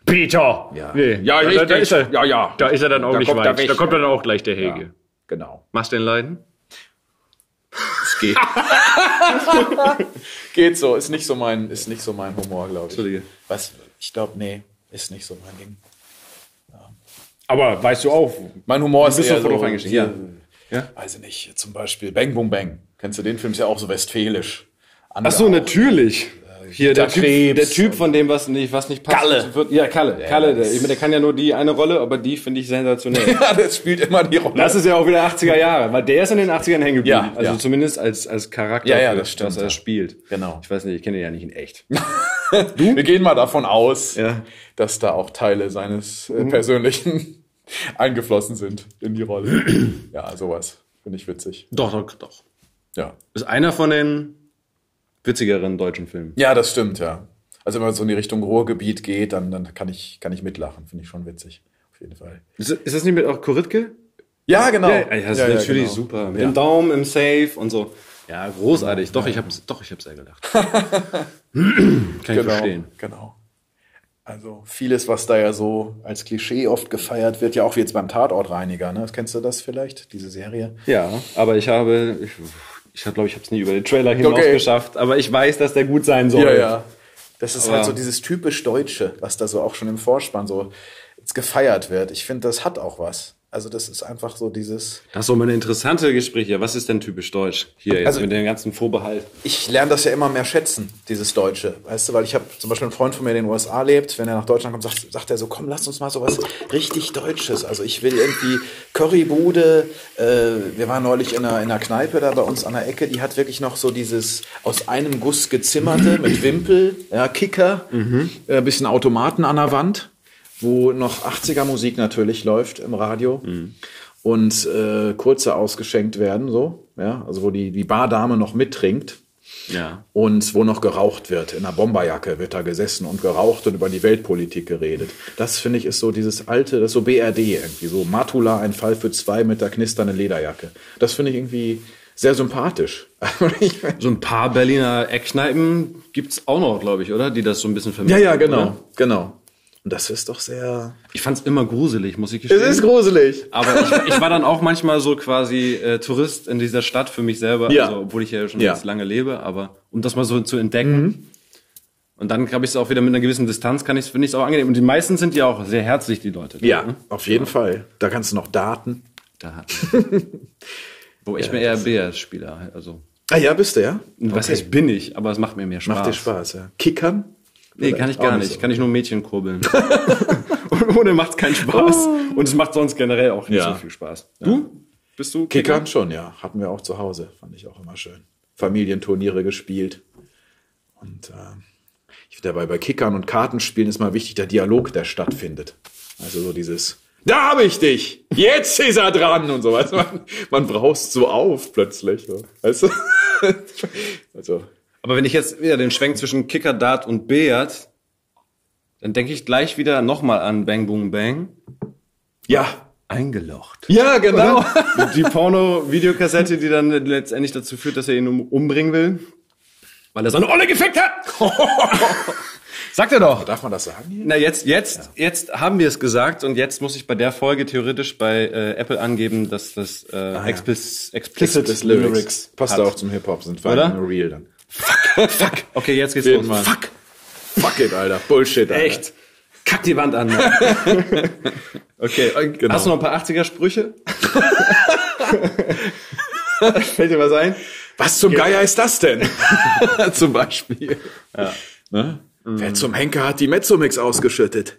Speaker 5: Peter!
Speaker 3: Ja.
Speaker 5: Nee.
Speaker 3: Ja,
Speaker 5: da,
Speaker 3: richtig.
Speaker 5: da ist er.
Speaker 3: Ja, ja.
Speaker 5: Da ist er dann auch
Speaker 3: Da
Speaker 5: nicht
Speaker 3: kommt er
Speaker 5: weit.
Speaker 3: weg.
Speaker 5: Da kommt dann auch gleich der Hege.
Speaker 3: Genau.
Speaker 5: Machst du den Leiden?
Speaker 3: Es geht. geht so, ist nicht so mein, ist nicht so mein Humor, glaube ich.
Speaker 5: Entschuldige.
Speaker 3: Was? Ich glaube, nee, ist nicht so mein Ding.
Speaker 5: Aber weißt du auch.
Speaker 3: Mein Humor ist
Speaker 5: bist
Speaker 3: eher
Speaker 5: doch voll
Speaker 3: so,
Speaker 5: drauf eingestiegen. Ja.
Speaker 3: Weiß ich nicht, zum Beispiel Bang Boom Bang. Kennst du den Film? Ist ja auch so westfälisch.
Speaker 5: Ach so, ne- natürlich. Hier der
Speaker 3: Peter
Speaker 5: typ,
Speaker 3: Krebs
Speaker 5: der typ, von dem was nicht, was nicht passt.
Speaker 3: Kalle.
Speaker 5: Wird, ja, Kalle. Kalle. Der, ich meine, der kann ja nur die eine Rolle, aber die finde ich sensationell.
Speaker 3: Ja, das spielt immer die Rolle.
Speaker 5: Das ist ja auch wieder 80er Jahre, weil der ist in den 80ern hängen geblieben.
Speaker 3: Ja,
Speaker 5: also
Speaker 3: ja.
Speaker 5: zumindest als, als Charakter,
Speaker 3: Ja, ja,
Speaker 5: für
Speaker 3: das stimmt,
Speaker 5: was er
Speaker 3: ja.
Speaker 5: spielt.
Speaker 3: Genau.
Speaker 5: Ich weiß nicht, ich kenne ihn ja nicht in echt.
Speaker 3: Wir gehen mal davon aus,
Speaker 5: Ja. Mhm.
Speaker 3: dass da auch Teile seines äh, persönlichen eingeflossen sind in die Rolle. Ja, sowas. Finde ich witzig.
Speaker 5: doch, doch, doch.
Speaker 3: Ja.
Speaker 5: Ist einer von den witzigeren deutschen Filmen.
Speaker 3: Ja, das stimmt, ja. Also wenn man so in die Richtung Ruhrgebiet geht, dann, dann kann, ich, kann ich mitlachen. Finde ich schon witzig. Auf jeden Fall.
Speaker 5: Ist, ist das nicht mit auch Koritke?
Speaker 3: Ja, genau.
Speaker 5: ey, das ist natürlich
Speaker 3: genau.
Speaker 5: super. Mit
Speaker 3: Ja.
Speaker 5: dem Daumen im Safe und so. Ja, großartig. Doch, ich hab's, doch, ich hab's ja gelacht. Kann ich
Speaker 3: genau,
Speaker 5: verstehen.
Speaker 3: Genau. Also vieles, was da ja so als Klischee oft gefeiert wird, ja auch wie jetzt beim Tatortreiniger. Ne? Kennst du das vielleicht, diese Serie?
Speaker 5: Ja, aber ich habe, ich, ich glaube, ich habe es nie über den Trailer hinaus
Speaker 3: Okay.
Speaker 5: geschafft, aber ich weiß, dass der gut sein soll.
Speaker 3: Ja, ja. Das ist halt
Speaker 5: Aber-
Speaker 3: so dieses typisch Deutsche, was da so auch schon im Vorspann so jetzt gefeiert wird. Ich finde, das hat auch was. Also das ist einfach so dieses.
Speaker 5: Das ist doch mal eine interessante Gespräche. Was ist denn typisch deutsch? Hier jetzt
Speaker 3: Also-
Speaker 5: mit dem ganzen Vorbehalt.
Speaker 3: Ich lerne das ja immer mehr schätzen, dieses Deutsche. Weißt du, weil ich habe zum Beispiel einen Freund von mir, der in den USA lebt. Wenn er nach Deutschland kommt, sagt, sagt er so: Komm, lass uns mal sowas richtig Deutsches. Also ich will irgendwie Currybude. Äh, wir waren neulich in einer, in einer Kneipe da bei uns an der Ecke. Die hat wirklich noch so dieses aus einem Guss gezimmerte mit Wimpel, ja, Kicker, äh, bisschen Automaten an der Wand. wo noch 80er Musik natürlich läuft im Radio und äh, kurze ausgeschenkt werden, so, ja, also wo die, die Bardame noch mittrinkt
Speaker 5: Ja.
Speaker 3: und wo noch geraucht wird. In einer Bomberjacke wird da gesessen und geraucht und über die Weltpolitik geredet. Das finde ich ist so dieses alte, das ist so BRD irgendwie, so Matula, ein Fall für zwei mit der knisternden Lederjacke. Das finde ich irgendwie sehr sympathisch. Ich mein-
Speaker 5: So ein paar Berliner Eckkneipen gibt's auch noch, glaube ich, oder? Die das so ein bisschen
Speaker 3: ja,
Speaker 5: vermitteln.
Speaker 3: ja, genau,
Speaker 5: oder?
Speaker 3: genau. Und das ist doch sehr.
Speaker 5: Ich fand's immer gruselig, muss ich gestehen.
Speaker 3: gruselig.
Speaker 5: Aber ich, ich war dann auch manchmal so quasi äh, Tourist in dieser Stadt für mich selber,
Speaker 3: Ja.
Speaker 5: also, obwohl ich ja schon
Speaker 3: Ja. Mhm.
Speaker 5: jetzt lange lebe, aber um das mal so zu entdecken. Und dann habe ich es auch wieder mit einer gewissen Distanz, kann ich finde ich es auch angenehm. Und die meisten sind ja auch sehr herzlich, die Leute. ne?
Speaker 3: Ja, auf jeden Fall. Da kannst du noch Daten.
Speaker 5: Da hat Wo ich mir eher BS spiele. Also,
Speaker 3: Ah ja, bist du, ja?
Speaker 5: was heißt bin ich, aber es macht mir mehr Spaß.
Speaker 3: Macht dir Spaß, ja. Kickern?
Speaker 5: Nee, kann ich gar
Speaker 3: Auch
Speaker 5: nicht.
Speaker 3: nicht so.
Speaker 5: Kann ich nur Mädchen kurbeln. Und ohne macht's keinen Spaß. Und es macht sonst generell auch nicht
Speaker 3: Oh. Ja.
Speaker 5: so viel Spaß. Du? Bist du
Speaker 3: Kickern schon, ja. Hatten wir auch zu Hause. Fand ich auch immer schön. Familienturniere gespielt. Und äh, ich finde dabei bei Kickern und Kartenspielen ist mal wichtig der Dialog, der stattfindet. Also so dieses, da habe ich dich! Jetzt ist er dran! Und so, weißt du, man, man braust so auf plötzlich. So. Weißt du? Also,
Speaker 5: Aber wenn ich jetzt wieder den Schwenk zwischen Kicker, Dart und Billard, dann denke ich gleich wieder nochmal an Bang Boom Bang.
Speaker 3: ja.
Speaker 5: Eingelocht.
Speaker 3: Ja, genau.
Speaker 5: Die Porno-Videokassette, die dann letztendlich dazu führt, dass er ihn um, umbringen will. Weil er seine Olle gefickt hat! Sagt er doch.
Speaker 3: Darf man das sagen hier?
Speaker 5: Na, jetzt, jetzt, jetzt haben wir es gesagt und jetzt muss ich bei der Folge theoretisch bei äh, Apple angeben, dass das äh, explicit, explicit
Speaker 3: des
Speaker 5: Lyrics,
Speaker 3: Lyrics. Passt
Speaker 5: hat.
Speaker 3: auch zum Hip-Hop, sind wir
Speaker 5: Oder?
Speaker 3: nur real dann.
Speaker 5: Okay, jetzt geht's
Speaker 3: Jeden Mann.
Speaker 5: los. Fuck,
Speaker 3: Fuck it, Alter. Bullshit, Alter.
Speaker 5: echt. Kack die Wand an. Mann. okay, äh,
Speaker 3: Genau.
Speaker 5: hast du noch ein paar 80er-Sprüche? Fällt dir was ein?
Speaker 3: Was zum Geier ist das denn? zum Beispiel. Ne? Wer zum Henker hat die Mezzomix ausgeschüttet?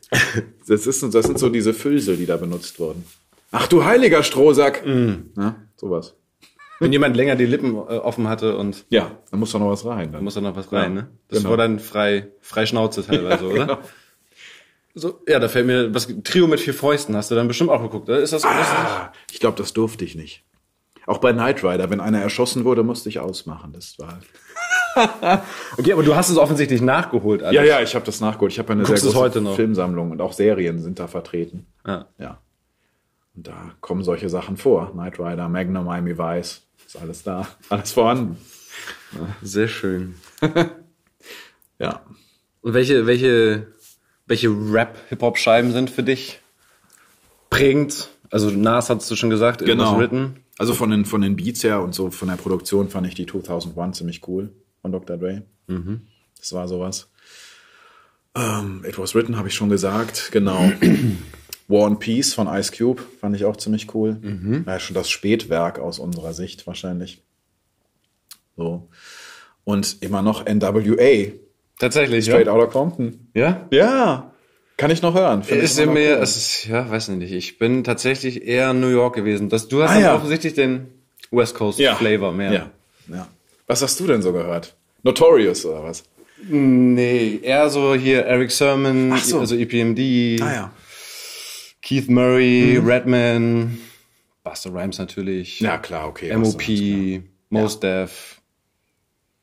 Speaker 3: Das, ist, das sind so diese Füllsel, die da benutzt wurden. Ach du heiliger Strohsack!
Speaker 5: Mm.
Speaker 3: Ne? Sowas.
Speaker 5: Wenn jemand länger die Lippen äh, offen hatte und
Speaker 3: Ja, da muss doch noch was rein. Dann.
Speaker 5: muss da noch was rein,
Speaker 3: Ja,
Speaker 5: ne? Das
Speaker 3: genau.
Speaker 5: war dann frei, frei Schnauze teilweise, also, oder?
Speaker 3: genau.
Speaker 5: So, ja, da fällt mir was Trio mit vier Fäusten hast du dann bestimmt auch geguckt, oder? Ist das,
Speaker 3: Ah, ich glaube, das durfte ich nicht. Auch bei Knight Rider, wenn einer erschossen wurde, musste ich ausmachen. Das war.
Speaker 5: Okay, aber du hast es offensichtlich nachgeholt, Alter.
Speaker 3: Ja, ja, ich habe das nachgeholt. Ich habe eine
Speaker 5: Guckst
Speaker 3: sehr
Speaker 5: es
Speaker 3: große
Speaker 5: heute noch?
Speaker 3: Filmsammlung und auch Serien sind da vertreten.
Speaker 5: Ja.
Speaker 3: Ja. Und da kommen solche Sachen vor. Knight Rider, Magnum, Miami Vice, ist alles da, alles vorhanden.
Speaker 5: Sehr schön.
Speaker 3: Ja.
Speaker 5: Und welche, welche, welche Rap-Hip-Hop-Scheiben sind für dich prägend? Also Nas hattest du schon gesagt, irgendwas written.
Speaker 3: Also von den, von den Beats her und so von der Produktion fand ich die 2001 ziemlich cool von Dr. Dre.
Speaker 5: Mhm.
Speaker 3: Das war sowas. Ähm, It Was Written habe ich schon gesagt, genau. War and Peace von Ice Cube fand ich auch ziemlich cool.
Speaker 5: Mhm.
Speaker 3: War ja schon das Spätwerk aus unserer Sicht wahrscheinlich. So. Und immer noch NWA,
Speaker 5: Tatsächlich,
Speaker 3: Straight Outta Compton.
Speaker 5: ja?
Speaker 3: Ja, kann ich noch hören. Find ich
Speaker 5: Ist
Speaker 3: immer noch
Speaker 5: mir,
Speaker 3: cool.
Speaker 5: es ist, ja, weiß ich nicht. Ich bin tatsächlich eher New York gewesen. Das, du hast
Speaker 3: Ah,
Speaker 5: dann
Speaker 3: ja.
Speaker 5: offensichtlich den West Coast Flavor mehr.
Speaker 3: Ja. ja. Was hast du denn so gehört? Notorious oder was?
Speaker 5: Nee, eher so hier Eric Sermon,
Speaker 3: Ach so. Ah,
Speaker 5: also EPMD,
Speaker 3: ja. Mhm.
Speaker 5: Keith Murray, Redman, Buster Rhymes natürlich,
Speaker 3: Ja, klar, okay.
Speaker 5: MOP,
Speaker 3: Hast du
Speaker 5: Mos Def,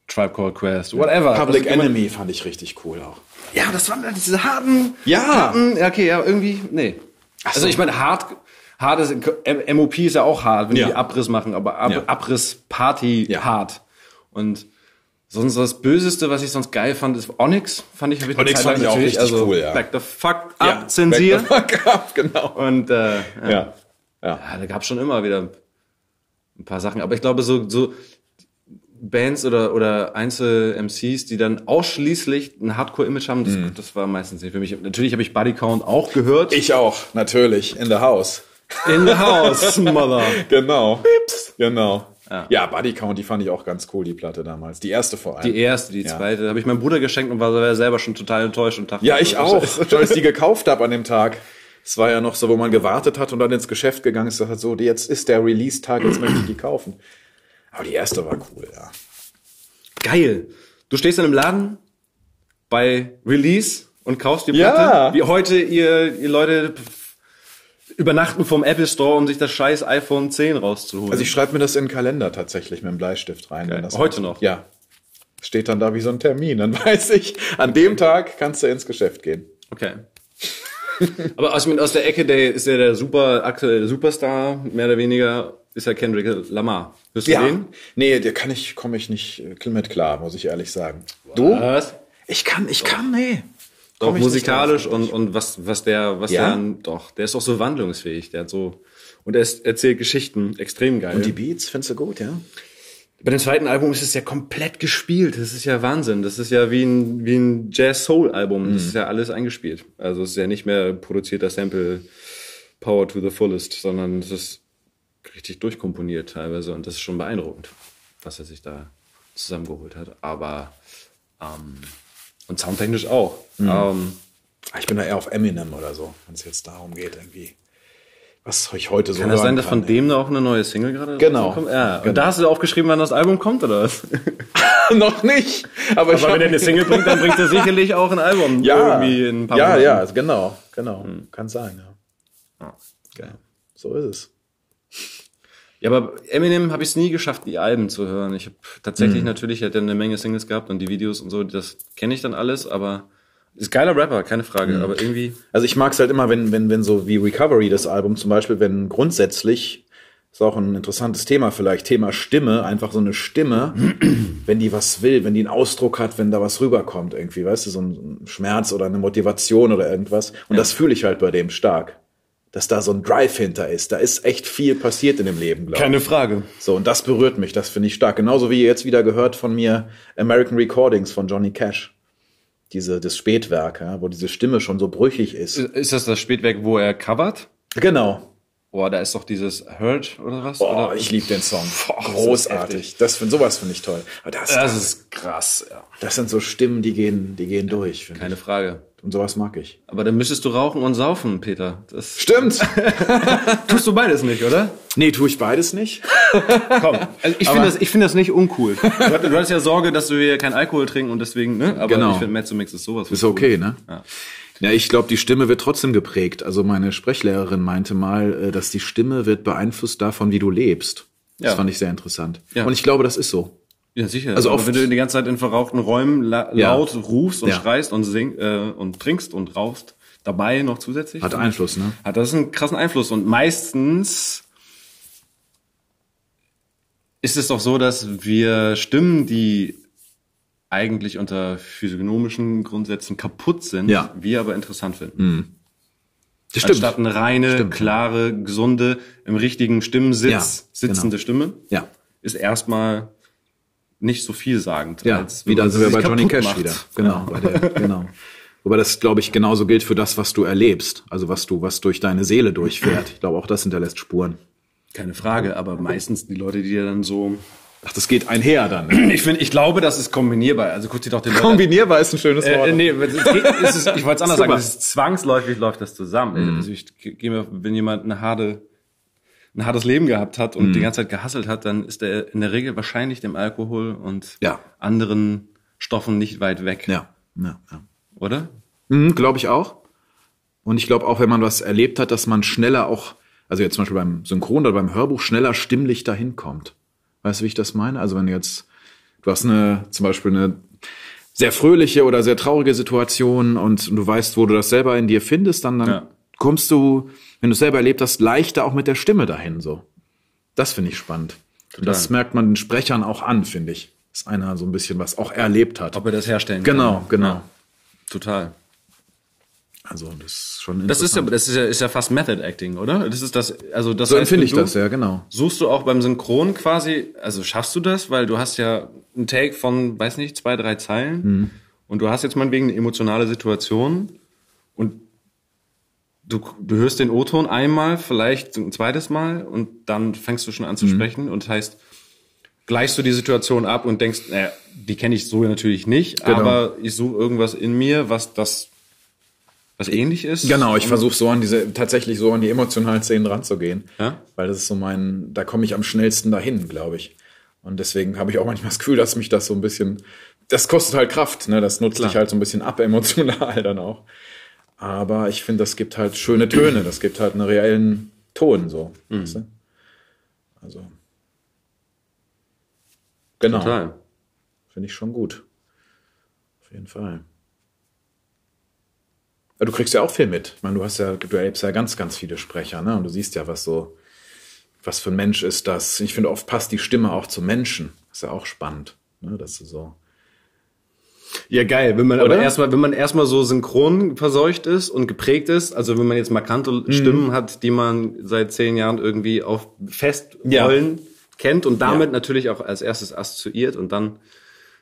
Speaker 5: Tribe Called Quest, whatever.
Speaker 3: recht. Public
Speaker 5: Also immer-
Speaker 3: Enemy fand ich richtig cool auch.
Speaker 5: Ja, das waren dann diese harten.
Speaker 3: Ja.
Speaker 5: Harten, Hm, ja, okay, ja, irgendwie, nee. Also ich meine, hart, hart ist, äh, M- MOP ist ja auch hart, wenn
Speaker 3: Ja.
Speaker 5: die Abriss machen, aber Ab,
Speaker 3: Ja.
Speaker 5: Abriss, Party,
Speaker 3: Ja.
Speaker 5: hart. Und sonst das Böseste, was ich sonst geil fand, ist Onyx. Fand ich, hab ich eine
Speaker 3: Onyx
Speaker 5: Zeit lang
Speaker 3: fand ich auch
Speaker 5: natürlich, also
Speaker 3: richtig cool, ja.
Speaker 5: Back the fuck up, zensier.
Speaker 3: Back the fuck up, genau.
Speaker 5: Und, äh, ja.
Speaker 3: Ja.
Speaker 5: Ja, da gab es schon immer wieder ein paar Sachen. Aber ich glaube, so, so Bands oder, oder Einzel-MCs, die dann ausschließlich ein Hardcore-Image haben, das, das war meistens nicht für mich. Natürlich habe ich Bodycount auch gehört.
Speaker 3: Mhm. Ich auch, natürlich, in the house.
Speaker 5: In the house, Mother.
Speaker 3: Genau. Pips. Genau. Ja. Buddy Count, die fand ich auch ganz cool, die Platte damals. Die erste vor allem.
Speaker 5: Die erste, die
Speaker 3: Ja.
Speaker 5: zweite, habe ich meinem Bruder geschenkt und war selber schon total enttäuscht und dachte,
Speaker 3: ja, ich
Speaker 5: also,
Speaker 3: auch, weil ich die gekauft habe an dem Tag. Es war ja noch so, wo man gewartet hat und dann ins Geschäft gegangen ist, das hat so, jetzt ist der Release-Tag, jetzt möchte ich die kaufen. Aber die erste war cool, ja.
Speaker 5: Geil. Du stehst in einem Laden bei Release und kaufst die
Speaker 3: Ja.
Speaker 5: Platte. Wie heute ihr, ihr Leute übernachten vom Apple Store, um sich das scheiß iPhone 10 rauszuholen.
Speaker 3: Also ich schreibe mir das in den Kalender tatsächlich mit dem Bleistift rein. Wenn das
Speaker 5: Heute noch?
Speaker 3: Ja. Steht dann da wie so ein Termin. Dann weiß ich, an dem Tag kannst du ins Geschäft gehen.
Speaker 5: Okay. Aber aus, aus der Ecke der ist ja der super aktuelle Superstar, mehr oder weniger, ist ja Kendrick Lamar. Hörst du den?
Speaker 3: Nee, der kann ich, komme ich nicht äh, mit klar, muss ich ehrlich sagen. Du?
Speaker 5: Was?
Speaker 3: Ich kann, ich kann, nee.
Speaker 5: Doch,
Speaker 3: Komm ich
Speaker 5: musikalisch
Speaker 3: nicht drauf.
Speaker 5: und, und was, was der, was
Speaker 3: Ja?
Speaker 5: der, doch, der ist auch so wandlungsfähig, der hat so, und er ist, erzählt Geschichten, extrem geil.
Speaker 3: Und die Beats findest du gut, ja?
Speaker 5: Bei dem zweiten Album ist es ja komplett gespielt. Das ist ja Wahnsinn. Das ist ja wie ein, wie ein Jazz-Soul-Album. Das ist ja alles eingespielt. Also es ist ja nicht mehr produzierter Sample Power to the fullest, sondern es ist richtig durchkomponiert teilweise. Und das ist schon beeindruckend, was er sich da zusammengeholt hat. Aber ähm, und soundtechnisch auch. Ähm,
Speaker 3: Ah, Ich bin da eher auf Eminem oder so, wenn es jetzt darum geht, irgendwie. Was ich heute so
Speaker 5: kann das
Speaker 3: hören
Speaker 5: sein, dass von
Speaker 3: ey.
Speaker 5: dem auch eine neue Single gerade
Speaker 3: Genau.
Speaker 5: rauskommt? Ja. Und da hast du aufgeschrieben, wann das Album kommt, oder was?
Speaker 3: noch nicht? Aber, ich
Speaker 5: Aber wenn
Speaker 3: hab-
Speaker 5: er eine Single bringt, dann bringt er sicherlich auch ein Album
Speaker 3: ja,
Speaker 5: irgendwie in ein paar Hm.
Speaker 3: ja,
Speaker 5: Monaten.
Speaker 3: ja, genau, genau. Kann sein, ja. Geil. So ist es.
Speaker 5: Ja, aber Eminem habe ich es nie geschafft, die Alben zu hören. Ich habe tatsächlich natürlich hat er eine Menge Singles gehabt und die Videos und so, das kenne ich dann alles, aber ist geiler Rapper, keine Frage, aber irgendwie
Speaker 3: Also ich mag es halt immer, wenn, wenn, wenn so wie Recovery das Album zum Beispiel, wenn grundsätzlich, ist auch ein interessantes Thema vielleicht, Thema Stimme, einfach so eine Stimme, wenn die was will, wenn die einen Ausdruck hat, wenn da was rüberkommt irgendwie, weißt du, so ein, so ein Schmerz oder eine Motivation oder irgendwas. Und das fühle ich halt bei dem stark. Dass da so ein Drive hinter ist. Da ist echt viel passiert in dem Leben, glaube ich.
Speaker 5: Frage.
Speaker 3: So, und das berührt mich, das finde ich stark. Genauso wie ihr jetzt wieder gehört von mir American Recordings von Johnny Cash. Diese, das Spätwerk, ja, wo diese Stimme schon so brüchig ist.
Speaker 5: Ist das das Spätwerk, wo er covert?
Speaker 3: Genau.
Speaker 5: Boah, da ist doch dieses Hurt oder was?
Speaker 4: Boah,
Speaker 3: Oh,
Speaker 5: oder?
Speaker 4: ich liebe den Song.
Speaker 5: Boah, das ist heftig.
Speaker 4: Großartig. Das find, sowas finde ich toll. Aber das,
Speaker 5: Das ist krass, ja.
Speaker 4: das sind so Stimmen, die gehen, die gehen durch. find
Speaker 5: Keine Frage.
Speaker 4: ich. Und sowas mag ich.
Speaker 5: Aber dann müsstest du rauchen und saufen, Peter. Das
Speaker 4: Stimmt.
Speaker 5: tust du beides nicht, oder?
Speaker 4: nee, tue ich beides nicht.
Speaker 5: Komm. Also ich finde das, ich find das nicht uncool. Du hatt- du hattest ja Sorge, dass wir hier keinen Alkohol trinken und deswegen, ne? Aber
Speaker 3: Genau.
Speaker 5: ich finde Mezzomix ist sowas. von
Speaker 3: Ist okay,
Speaker 5: cool.
Speaker 3: ne?
Speaker 5: Ja.
Speaker 3: Ja, ich glaube, die Stimme wird trotzdem geprägt. Also meine Sprechlehrerin meinte mal, äh, dass die Stimme wird beeinflusst davon, wie du lebst. Das
Speaker 5: Ja.
Speaker 3: fand ich sehr interessant.
Speaker 5: Ja.
Speaker 3: Und ich glaube, das ist so.
Speaker 5: Ja, sicher.
Speaker 3: Also
Speaker 5: Also
Speaker 3: oft-
Speaker 5: wenn du die ganze Zeit in verrauchten Räumen la
Speaker 3: Ja.
Speaker 5: laut rufst und
Speaker 3: Ja.
Speaker 5: schreist und sing äh, und trinkst und rauchst, dabei noch zusätzlich.
Speaker 3: Hat Einfluss, ne?
Speaker 5: Hat das einen krassen Einfluss. Und meistens ist es doch so, dass wir Stimmen, die eigentlich unter physiognomischen Grundsätzen kaputt sind,
Speaker 3: Ja.
Speaker 5: wir aber interessant finden.
Speaker 3: Das
Speaker 5: Anstatt eine reine, klare, gesunde, im richtigen Stimmensitz
Speaker 3: Ja, genau.
Speaker 5: sitzende Stimme
Speaker 3: Ja.
Speaker 5: ist erstmal nicht so vielsagend.
Speaker 3: Ja,
Speaker 5: wenn
Speaker 3: wieder
Speaker 5: man
Speaker 3: sind wir
Speaker 5: sich
Speaker 3: bei Johnny
Speaker 5: kaputt
Speaker 3: Cash
Speaker 5: macht.
Speaker 3: wieder. Genau, bei der, genau. Wobei das, glaube ich, genauso gilt für das, was du erlebst. Also was du, was durch deine Seele durchfährt. Ich glaube, auch das hinterlässt Spuren.
Speaker 5: Keine Frage, aber meistens die Leute, die dann so.
Speaker 3: Ach, das geht einher dann. ne?
Speaker 5: Ich finde, ich glaube, das ist kombinierbar. Also guck dir doch den Leuten-
Speaker 3: Kombinierbar ist ein schönes
Speaker 5: Äh, äh, nee, es ist- es ist, ich wollte es anders sagen.
Speaker 3: Super.
Speaker 5: Es ist zwangsläufig läuft das zusammen. Also ich gehe mir, wenn jemand eine harte, ein hartes Leben gehabt hat und die ganze Zeit gehasselt hat, dann ist er in der Regel wahrscheinlich dem Alkohol und
Speaker 3: Ja.
Speaker 5: anderen Stoffen nicht weit weg,
Speaker 3: Ja, ja, ja.
Speaker 5: oder?
Speaker 3: Mhm, glaube ich auch. Und ich glaube auch, wenn man was erlebt hat, dass man schneller auch, also jetzt zum Beispiel beim Synchron oder beim Hörbuch, schneller stimmlich dahin kommt. Weißt du, wie ich das meine? Also wenn du jetzt, du hast eine, zum Beispiel eine sehr fröhliche oder sehr traurige Situation und du weißt, wo du das selber in dir findest, dann, dann
Speaker 5: Ja.
Speaker 3: kommst du, wenn du es selber erlebt hast, leichter auch mit der Stimme dahin, so. Das finde ich spannend. Und das merkt man den Sprechern auch an, finde ich. Dass einer so ein bisschen was auch erlebt hat.
Speaker 5: Ob er das herstellen
Speaker 3: Genau,
Speaker 5: kann.
Speaker 3: genau.
Speaker 5: Ja, total.
Speaker 3: Also, das ist schon
Speaker 5: Das ist ja,
Speaker 3: interessant.
Speaker 5: das ist ja, ist ja fast Method Acting, oder? Das ist das, also das
Speaker 3: So
Speaker 5: heißt,
Speaker 3: empfinde
Speaker 5: wenn
Speaker 3: ich
Speaker 5: du-
Speaker 3: das, ja, genau.
Speaker 5: Suchst du auch beim Synchron quasi, also schaffst du das, weil du hast ja einen Take von, weiß nicht, zwei, drei Zeilen
Speaker 3: Mhm.
Speaker 5: und du hast jetzt meinetwegen eine emotionale Situation und du, du hörst den O-Ton einmal, vielleicht ein zweites Mal und dann fängst du schon an zu
Speaker 3: Mhm.
Speaker 5: sprechen und heißt, gleichst du die Situation ab und denkst, naja, die kenne ich so natürlich nicht,
Speaker 3: Genau.
Speaker 5: aber ich suche irgendwas in mir, was das, was ähnlich ist.
Speaker 3: Genau, ich versuche so an diese, tatsächlich so an die emotionalen Szenen ranzugehen.
Speaker 5: Ja?
Speaker 3: Weil das ist so mein, da komme ich am schnellsten dahin, glaube ich. Und deswegen habe ich auch manchmal das Gefühl, dass mich das so ein bisschen, das kostet halt Kraft, ne? Das nutzt dich halt so ein bisschen ab, emotional dann auch. Aber ich finde, das gibt halt schöne Töne, das gibt halt einen reellen Ton, so. Weißt du? Also. Genau,
Speaker 5: Total.
Speaker 3: finde ich schon gut. Auf jeden Fall. Ja, Du kriegst ja auch viel mit. Ich meine, du hast ja, du erlebst ja ganz, ganz viele Sprecher, ne? Und du siehst ja, was so, was für ein Mensch ist das. Ich finde, oft passt die Stimme auch zum Menschen. Ist ja auch spannend, ne? Dass du so.
Speaker 5: Ja, geil, wenn man
Speaker 3: Oder?
Speaker 5: aber erstmal, wenn man erstmal so synchron verseucht ist und geprägt ist, also wenn man jetzt markante Stimmen hat, die man seit zehn Jahren irgendwie auf Festrollen kennt und damit natürlich auch als erstes assoziiert und dann,